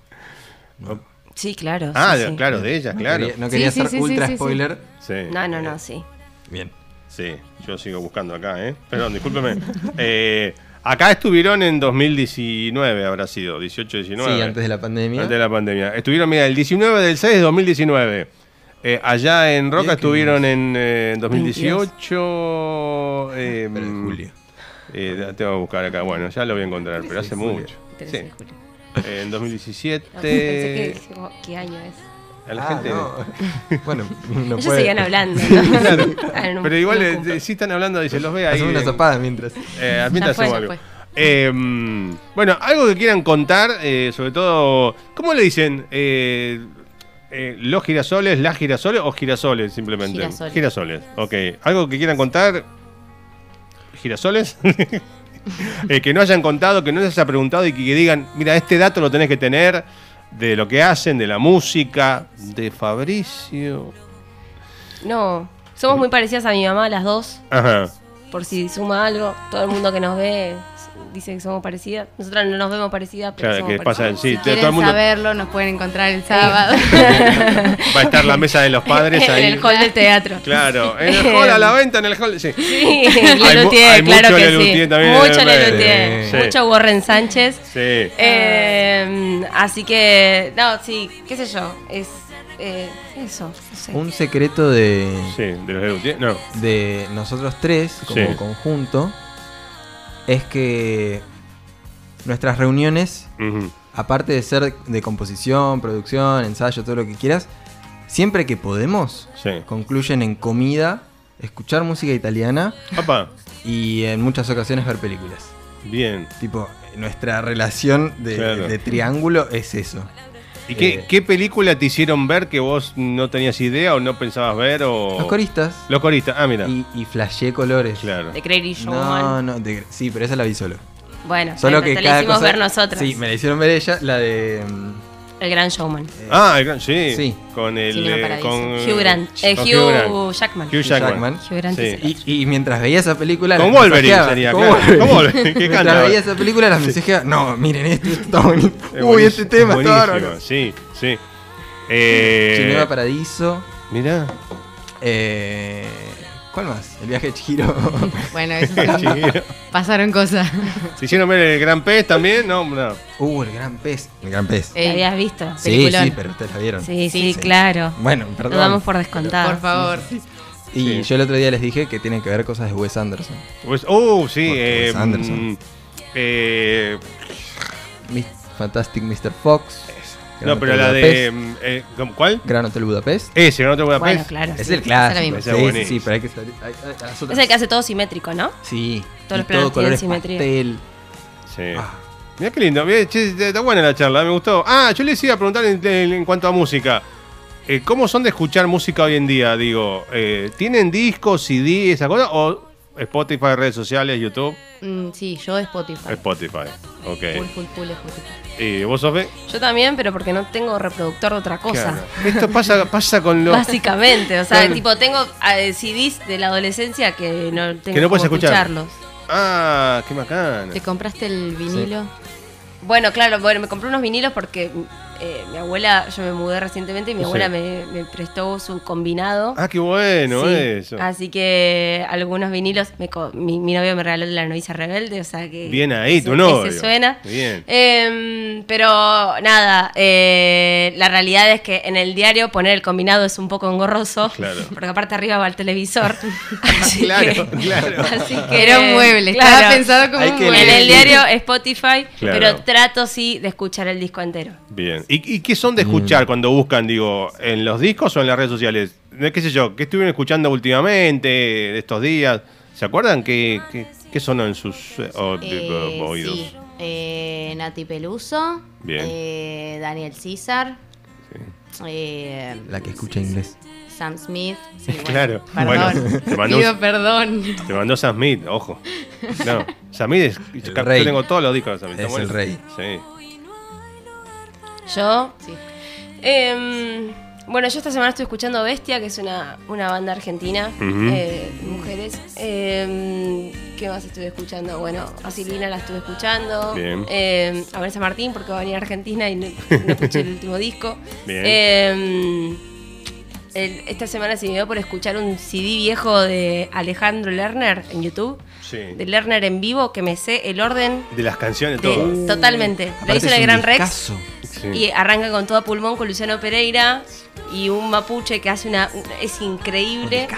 Sí, claro.
ah,
sí,
de-
sí.
claro, de ella,
No
claro.
quería, no quería
Sí, sí,
ser
sí, sí,
ultra
sí, sí.
spoiler.
Sí.
No, no, no, sí.
Bien.
Sí, yo sigo buscando acá, ¿eh? Perdón, discúlpeme. Eh, acá estuvieron en 2019, habrá sido, 18, 19.
Sí, antes de la pandemia.
Antes de la pandemia. Estuvieron, mira, el 19 del 6 de 2019. Eh, allá en Roca
Bien, que
estuvieron en eh, 2018. eh,
Pero en julio.
eh, da- te voy a buscar acá. Bueno, ya lo voy a encontrar, pero hace
julio.
mucho.
Trece
Sí.
de julio.
Eh, en 2017.
No, pensé que- oh, ¿Qué año es?
A la
Ah,
gente.
no. bueno, no
Ellos
puede.
seguían hablando. ¿no?
Claro.
Ah, no,
Pero igual
no
eh,
cumple.
sí están hablando, dice, los ve ahí.
Hacemos una
en-
zapada mientras.
Eh, al mientras
Ya fue,
hacemos
ya
algo. Eh, bueno, algo que quieran contar, eh, sobre todo, ¿cómo le dicen? Eh, eh, ¿Los girasoles, las girasoles o girasoles simplemente?
Girasoles.
ok. ¿Algo que quieran contar? ¿Girasoles? Eh, que no hayan contado, que no les haya preguntado y que, que digan, mira, este dato lo tenés que tener de lo que hacen, de la música, de Fabricio.
No, somos muy parecidas a mi mamá las dos.
Ajá.
Por si suma algo, todo el mundo que nos ve dicen que somos parecidas. Nosotras no nos vemos parecidas, pero
Claro,
somos
que pasa en
parecidas.
sí. Todo el
Quieren
mundo
saberlo, nos pueden encontrar el sábado.
va a estar la mesa de los padres ahí.
en el hall del teatro.
Claro, en el hall a la venta, en el hall. Sí.
Sí,
mu-
Lelutier,
hay
claro
mucho
que
Lelutier
sí.
también en
mucho
el medio.
Lelutier,
Sí.
mucho Warren Sánchez.
Sí.
Eh, así que, no, sí, qué sé yo, es eh, eso. no sé.
Un secreto de,
Sí, de los Lelutier. No.
de nosotros tres como
Sí.
conjunto es que nuestras reuniones,
Ujú.
aparte de ser de composición, producción, ensayo, todo lo que quieras, siempre que podemos,
Sí.
concluyen en comida, escuchar música italiana
Papá,
y en muchas ocasiones ver películas.
bien.
Tipo, nuestra relación de,
Claro.
de triángulo es eso.
¿Y qué,
Eh.
qué película te hicieron ver que vos no tenías idea o no pensabas ver? O...
Los coristas
Los coristas, ah, mira.
y, y flashé colores.
Claro.
De Crazy Showman.
No, no, de- sí, pero esa la vi solo.
Bueno,
Solo
te-
que
te la
cada
hicimos
cosa-
ver nosotras.
Sí, me la hicieron ver ella, la de mm,
El gran showman.
Ah, el gran- sí.
Sí.
Con el.
Cinema
eh,
Paradiso.
con,
Hugh Grant. Eh,
con
Hugh,
Grant.
Jackman.
Hugh Jackman.
Jackman.
Hugh Grant
Sí.
es el-
Y, y mientras veía esa película.
Con
las
Wolverine
mensajeaba.
sería,
Con
claro.
Wolverine.
Con Wolverine, que
mientras
canta.
veía esa película, las mensajeaba. No, miren esto, esto está bonito.
Es
Uy,
buenísimo,
este tema está
buenísimo,
bárbaro.
Sí, sí. Eh,
Cinema Paradiso.
Mirá.
Eh, ¿Cuál más? El viaje de Chihiro.
bueno, eso sí,
este,
pasaron cosas.
¿Se hicieron ver el Gran Pez también? No, no.
uh, el gran pez. El gran pez.
¿La
Ey,
habías visto?
sí,
peliculón.
sí, pero ustedes la vieron.
Sí, sí,
Sí.
claro.
Bueno,
Lo
perdón.
damos por descontado.
por favor.
Y
Sí.
yo el otro día les dije que tienen que ver cosas de Wes Anderson.
Wes- oh, sí.
Porque
Eh,
Wes Anderson.
mm, eh,
Mis- Fantastic Mr. Fox. Gran
no, pero
Hotel
la de.
Budapest,
mm, eh, ¿cómo- ¿Cuál?
Gran Hotel Budapest.
Ese, no te voy a
Bueno, claro.
Es
sí.
Esa
el
la
clásico.
vimos.
Esa
Sí,
es
sí, sí,
buenísima.
pero hay que salir. hay- hay- a las otras-
Es el que hace todo simétrico, ¿no?
Sí.
Todos
y
los planos
todo colores
tienen simetría.
pastel.
Sí.
Ah.
Mirá qué lindo. Mirá, che, está buena la charla, me gustó. Ah, yo les iba a preguntar en, en- en cuanto a música. Eh, ¿Cómo son de escuchar música hoy en día? Digo, eh, ¿tienen discos, CD, esa cosa? ¿O Spotify, redes sociales, YouTube?
Mm, sí, yo Spotify.
Spotify.
Full,
Ok.
full, full Spotify.
¿Y vos, Sofi?
Yo también, pero porque no tengo reproductor de otra cosa.
Claro. Esto pasa, pasa con los...
Básicamente, o sea,
Claro.
tipo, tengo eh, CDs de la adolescencia que no tengo
Que no
cómo
puedes escuchar.
escucharlos.
Ah, qué bacana.
¿Te compraste el vinilo?
Bueno, claro, bueno, me compré unos vinilos porque eh, mi abuela, yo me mudé recientemente y mi
Sí.
abuela me, me prestó su combinado.
Ah, qué bueno
Sí,
eso.
Así que algunos vinilos, me co- mi, mi novio me regaló La novicia rebelde, o sea que...
Bien ahí,
que se-
tu novio.
que se suena.
Bien.
Em, pero nada, eh, la realidad es que en el diario poner el combinado es un poco engorroso,
Claro.
porque aparte arriba va el televisor. así
Claro,
que,
claro.
Así que
Era un mueble,
claro.
estaba pensado como
Hay
un
que
mueble.
En el diario Spotify,
Claro.
pero trato sí de escuchar el disco entero.
Bien. ¿Y, y qué son
Mm.
de escuchar cuando buscan, digo, en los discos o en las redes sociales? De ¿Qué sé yo? ¿Qué estuvieron escuchando últimamente, de estos días? ¿Se acuerdan qué, qué, qué sonó en sus eh, o-
Eh,
o- oídos?
sí, eh, Nati Peluso,
Bien.
eh, Daniel César, eh,
La que escucha inglés.
Sam Smith. sí, bueno,
Claro.
Perdón.
Bueno, te mandó un-
Pido perdón.
Te mandó Sam Smith, ojo. No, Sam Smith es... Yo
rey.
tengo todos los discos de Sam Smith.
Es
está
el rey.
Sí.
Yo
Sí.
Em, bueno, yo esta semana estoy escuchando Bestia, que es una, una banda argentina,
Ujú.
eh, mujeres. Em, ¿Qué más estuve escuchando? Bueno, a Silvina la estuve escuchando.
Bien.
Em, a Vanessa Martín, porque va a venir a Argentina y no, no escuché el último disco.
Bien.
Em, el- esta semana se me dio por escuchar un CD viejo de Alejandro Lerner en YouTube,
Sí.
de Lerner en vivo, que me sé el orden
De las canciones,
de-
todo.
totalmente. Lo hizo
es
la
un
Gran Rex.
discazo.
Sí.
Y arranca con toda pulmón con Luciano Pereira y un mapuche que hace una. Es increíble.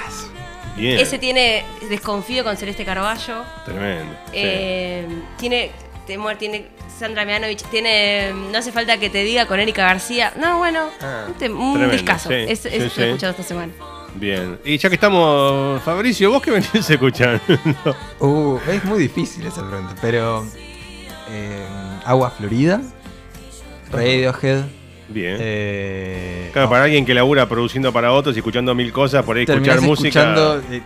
Bien.
Ese tiene Desconfío con Celeste Carballo.
Tremendo. sí.
Eh, tiene Temor, tiene Sandra Mianovich. Tiene No hace falta que te diga con Erika García. No, bueno,
Ah,
un, te- un
tremendo,
discazo.
sí,
es, es
sí,
lo
sí.
que he escuchado esta semana.
Bien. Y ya que estamos, Fabricio, ¿vos qué venís escuchando?
Uh, es muy difícil esa pregunta, pero. eh, Agua Florida. Radiohead.
Bien.
Eh,
Claro, para alguien que labura produciendo para otros y escuchando mil cosas, por ahí escuchar
terminás
música.
escuchando eh,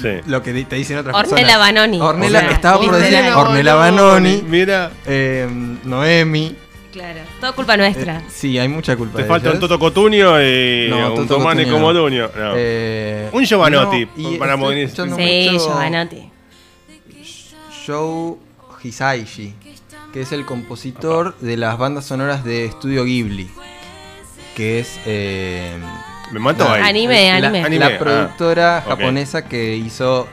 Sí.
lo que di- te dicen otras
Ornella
personas.
Banoni.
Ornella,
O sea,
estaba por
literal.
decir Ornella Banoni,
Mira,
eh, Noemi.
Claro, todo culpa nuestra.
Eh, sí, hay mucha culpa
te
de
falta un
ellas.
Toto Cotunio y
No,
un
Toto
Tomane
Cotugno
como
no.
Duño. No.
Eh,
Un Giovanotti,
y
para
estoy
morir.
escuchando
sí,
mucho
Giovanotti.
Show Hisaishi, que es el compositor de las bandas sonoras de Estudio Ghibli, que es eh,
Me mato
La-
Ah, ahí.
Anime,
la,
anime.
la
Anime, ah,
productora
ok.
japonesa que hizo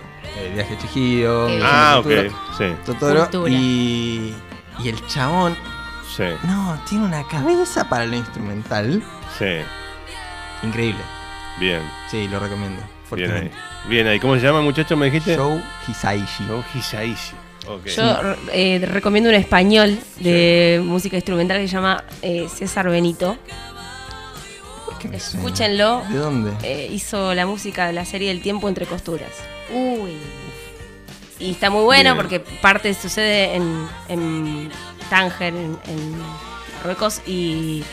El viaje a Chihiro,
Ah,
Misión
Ah, ok.
Cultura,
Sí,
Totoro
Cultura.
y, y el chabón,
sí,
no, tiene una cabeza para lo instrumental
sí.
increíble.
Bien,
Sí, lo recomiendo.
bien ahí.
fuertemente.
Bien ahí. ¿Cómo se llama, muchacho? ¿Me dijiste?
Show Hisaishi.
Hisaishi. Ok.
Yo eh, recomiendo un español de música instrumental que se llama eh, César Benito.
¿Qué me suena?
Escúchenlo.
¿De dónde?
Eh, hizo la música de la serie El tiempo entre costuras.
Uy.
Y está muy buena
Bien.
porque parte sucede en, en Tánger, en, en Marruecos y...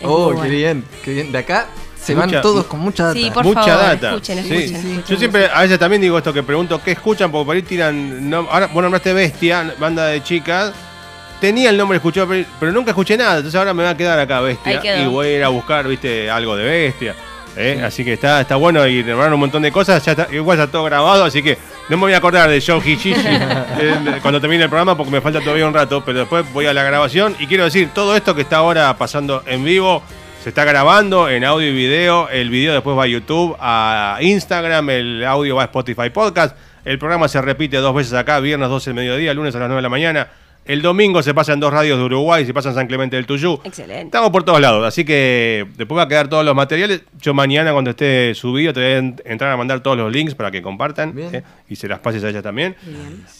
es
oh,
muy
qué
buena.
bien, qué bien. De acá se
Mucha-
van todos con mucha data.
Sí, por
Mucha
favor,
data.
escuchen,
Sí,
escuchen,
sí.
escuchen.
Yo siempre a veces también digo esto que pregunto qué escuchan, porque por ahí tiran. No, ahora, vos nombraste Bestia, banda de chicas. Tenía el nombre escuchado, pero- pero nunca escuché nada. Entonces ahora me va a quedar acá
Ahí
Bestia.
quedó.
Y voy a ir a buscar, viste, algo de Bestia. ¿eh? Así que está, está bueno y nombraron un montón de cosas. Ya está- igual está todo grabado, así que no me voy a acordar de Show Hishishi eh, cuando termine el programa porque me falta todavía un rato. Pero después voy a la grabación y quiero decir, todo esto que está ahora pasando en vivo. Se está grabando en audio y video. El video después va a YouTube, a Instagram. El audio va a Spotify Podcast. El programa se repite dos veces acá, viernes 12 del mediodía, lunes a las 9 de la mañana. El domingo se pasa en dos radios de Uruguay, se pasa en San Clemente del Tuyú.
Excelente.
Estamos por todos lados, así que después va a quedar todos los materiales. Yo mañana cuando esté subido te voy a en- entrar a mandar todos los links para que compartan
Bien.
¿eh? y se las pases a ella también.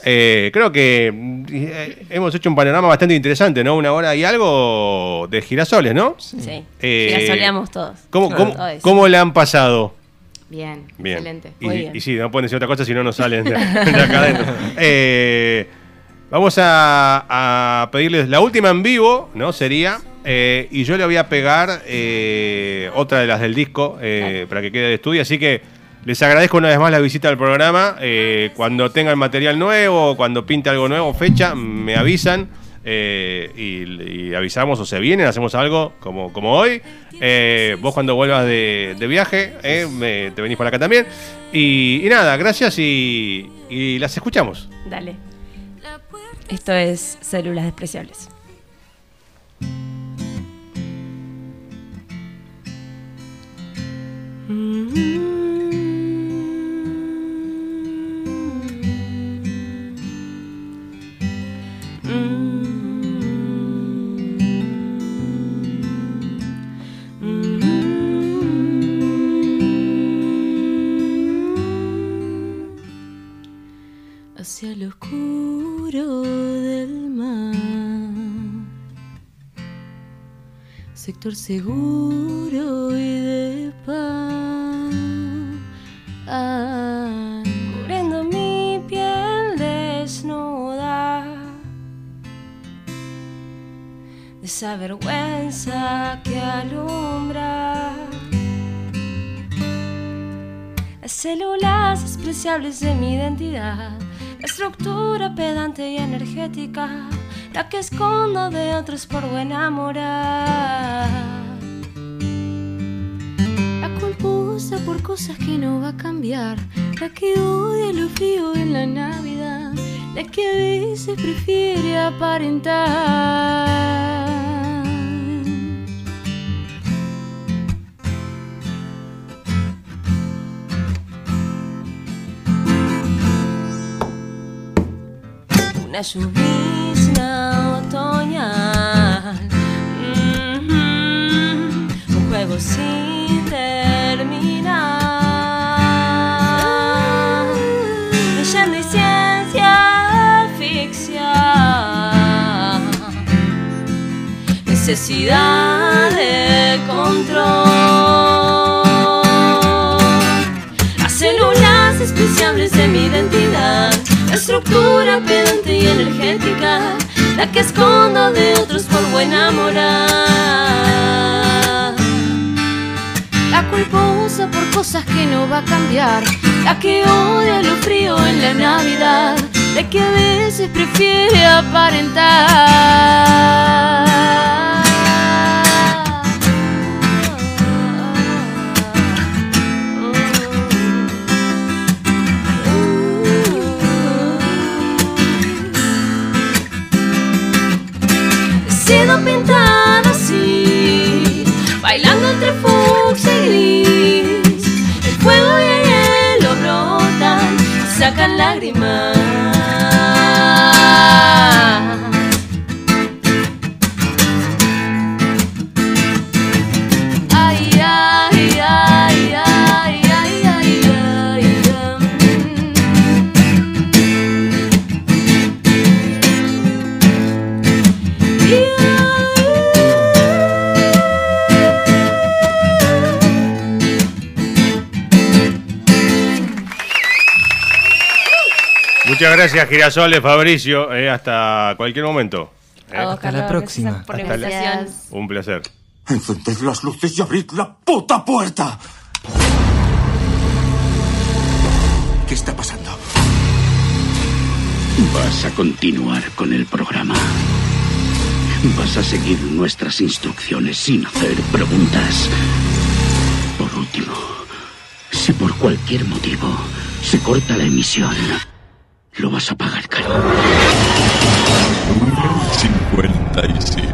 Eh, creo que mm, eh, hemos hecho un panorama bastante interesante, ¿no? Una hora y algo de girasoles, ¿no?
Sí.
Eh,
Girasoleamos todos.
¿Cómo,
Claro.
cómo,
Todo eso.
cómo la han pasado?
Bien,
Bien.
excelente.
Y,
Muy bien.
y sí, no pueden decir otra cosa si no nos salen de, de acá adentro. Eh, vamos a, a pedirles la última en vivo, ¿no? Sería. eh, y yo le voy a pegar eh, otra de las del disco eh, para que quede de estudio. Así que les agradezco una vez más la visita al programa. Eh, cuando tengan material nuevo, cuando pinte algo nuevo, fecha, me avisan. eh, y, y avisamos o se vienen, hacemos algo como, como hoy. Eh, vos cuando vuelvas de, de viaje, eh, me- te venís para acá también. Y, y nada, gracias y, y las escuchamos.
Dale. Esto es Células Despreciables.
hacia el oscuro del mar. Sector seguro y de paz.
Cubriendo mi piel desnuda de esa vergüenza que alumbra las células despreciables de mi identidad, la estructura pedante y energética, la que escondo de otros por buena moral.
La culposa por cosas que no va a cambiar. La que odia lo frío en la Navidad. La que a veces prefiere aparentar.
una llovizna otoñal. Mhm, Un juego sin terminar. Leyendo y ciencia ficción necesidad de control. Las células despreciables de mi identidad, la estructura pedante y energética, la que escondo de otros por buena moral.
La culposa por cosas que no va a cambiar. La que odia lo frío en la Navidad. La que a veces prefiere aparentar.
Mm.
lágrimas. Ay, ay, ay, ay, ay, ay, ay, ay.
Muchas gracias, Girasoles, Fabricio. eh, hasta cualquier momento. eh.
A vos,
Hasta la
Carlos,
próxima.
gracias Por la
Hasta
la-
invitación.
Un placer.
Encended las luces y abrid la puta puerta. ¿Qué está pasando?
Vas a continuar con el programa. Vas a seguir nuestras instrucciones sin hacer preguntas. Por último, si por cualquier motivo se corta la emisión, lo vas a pagar caro.
57.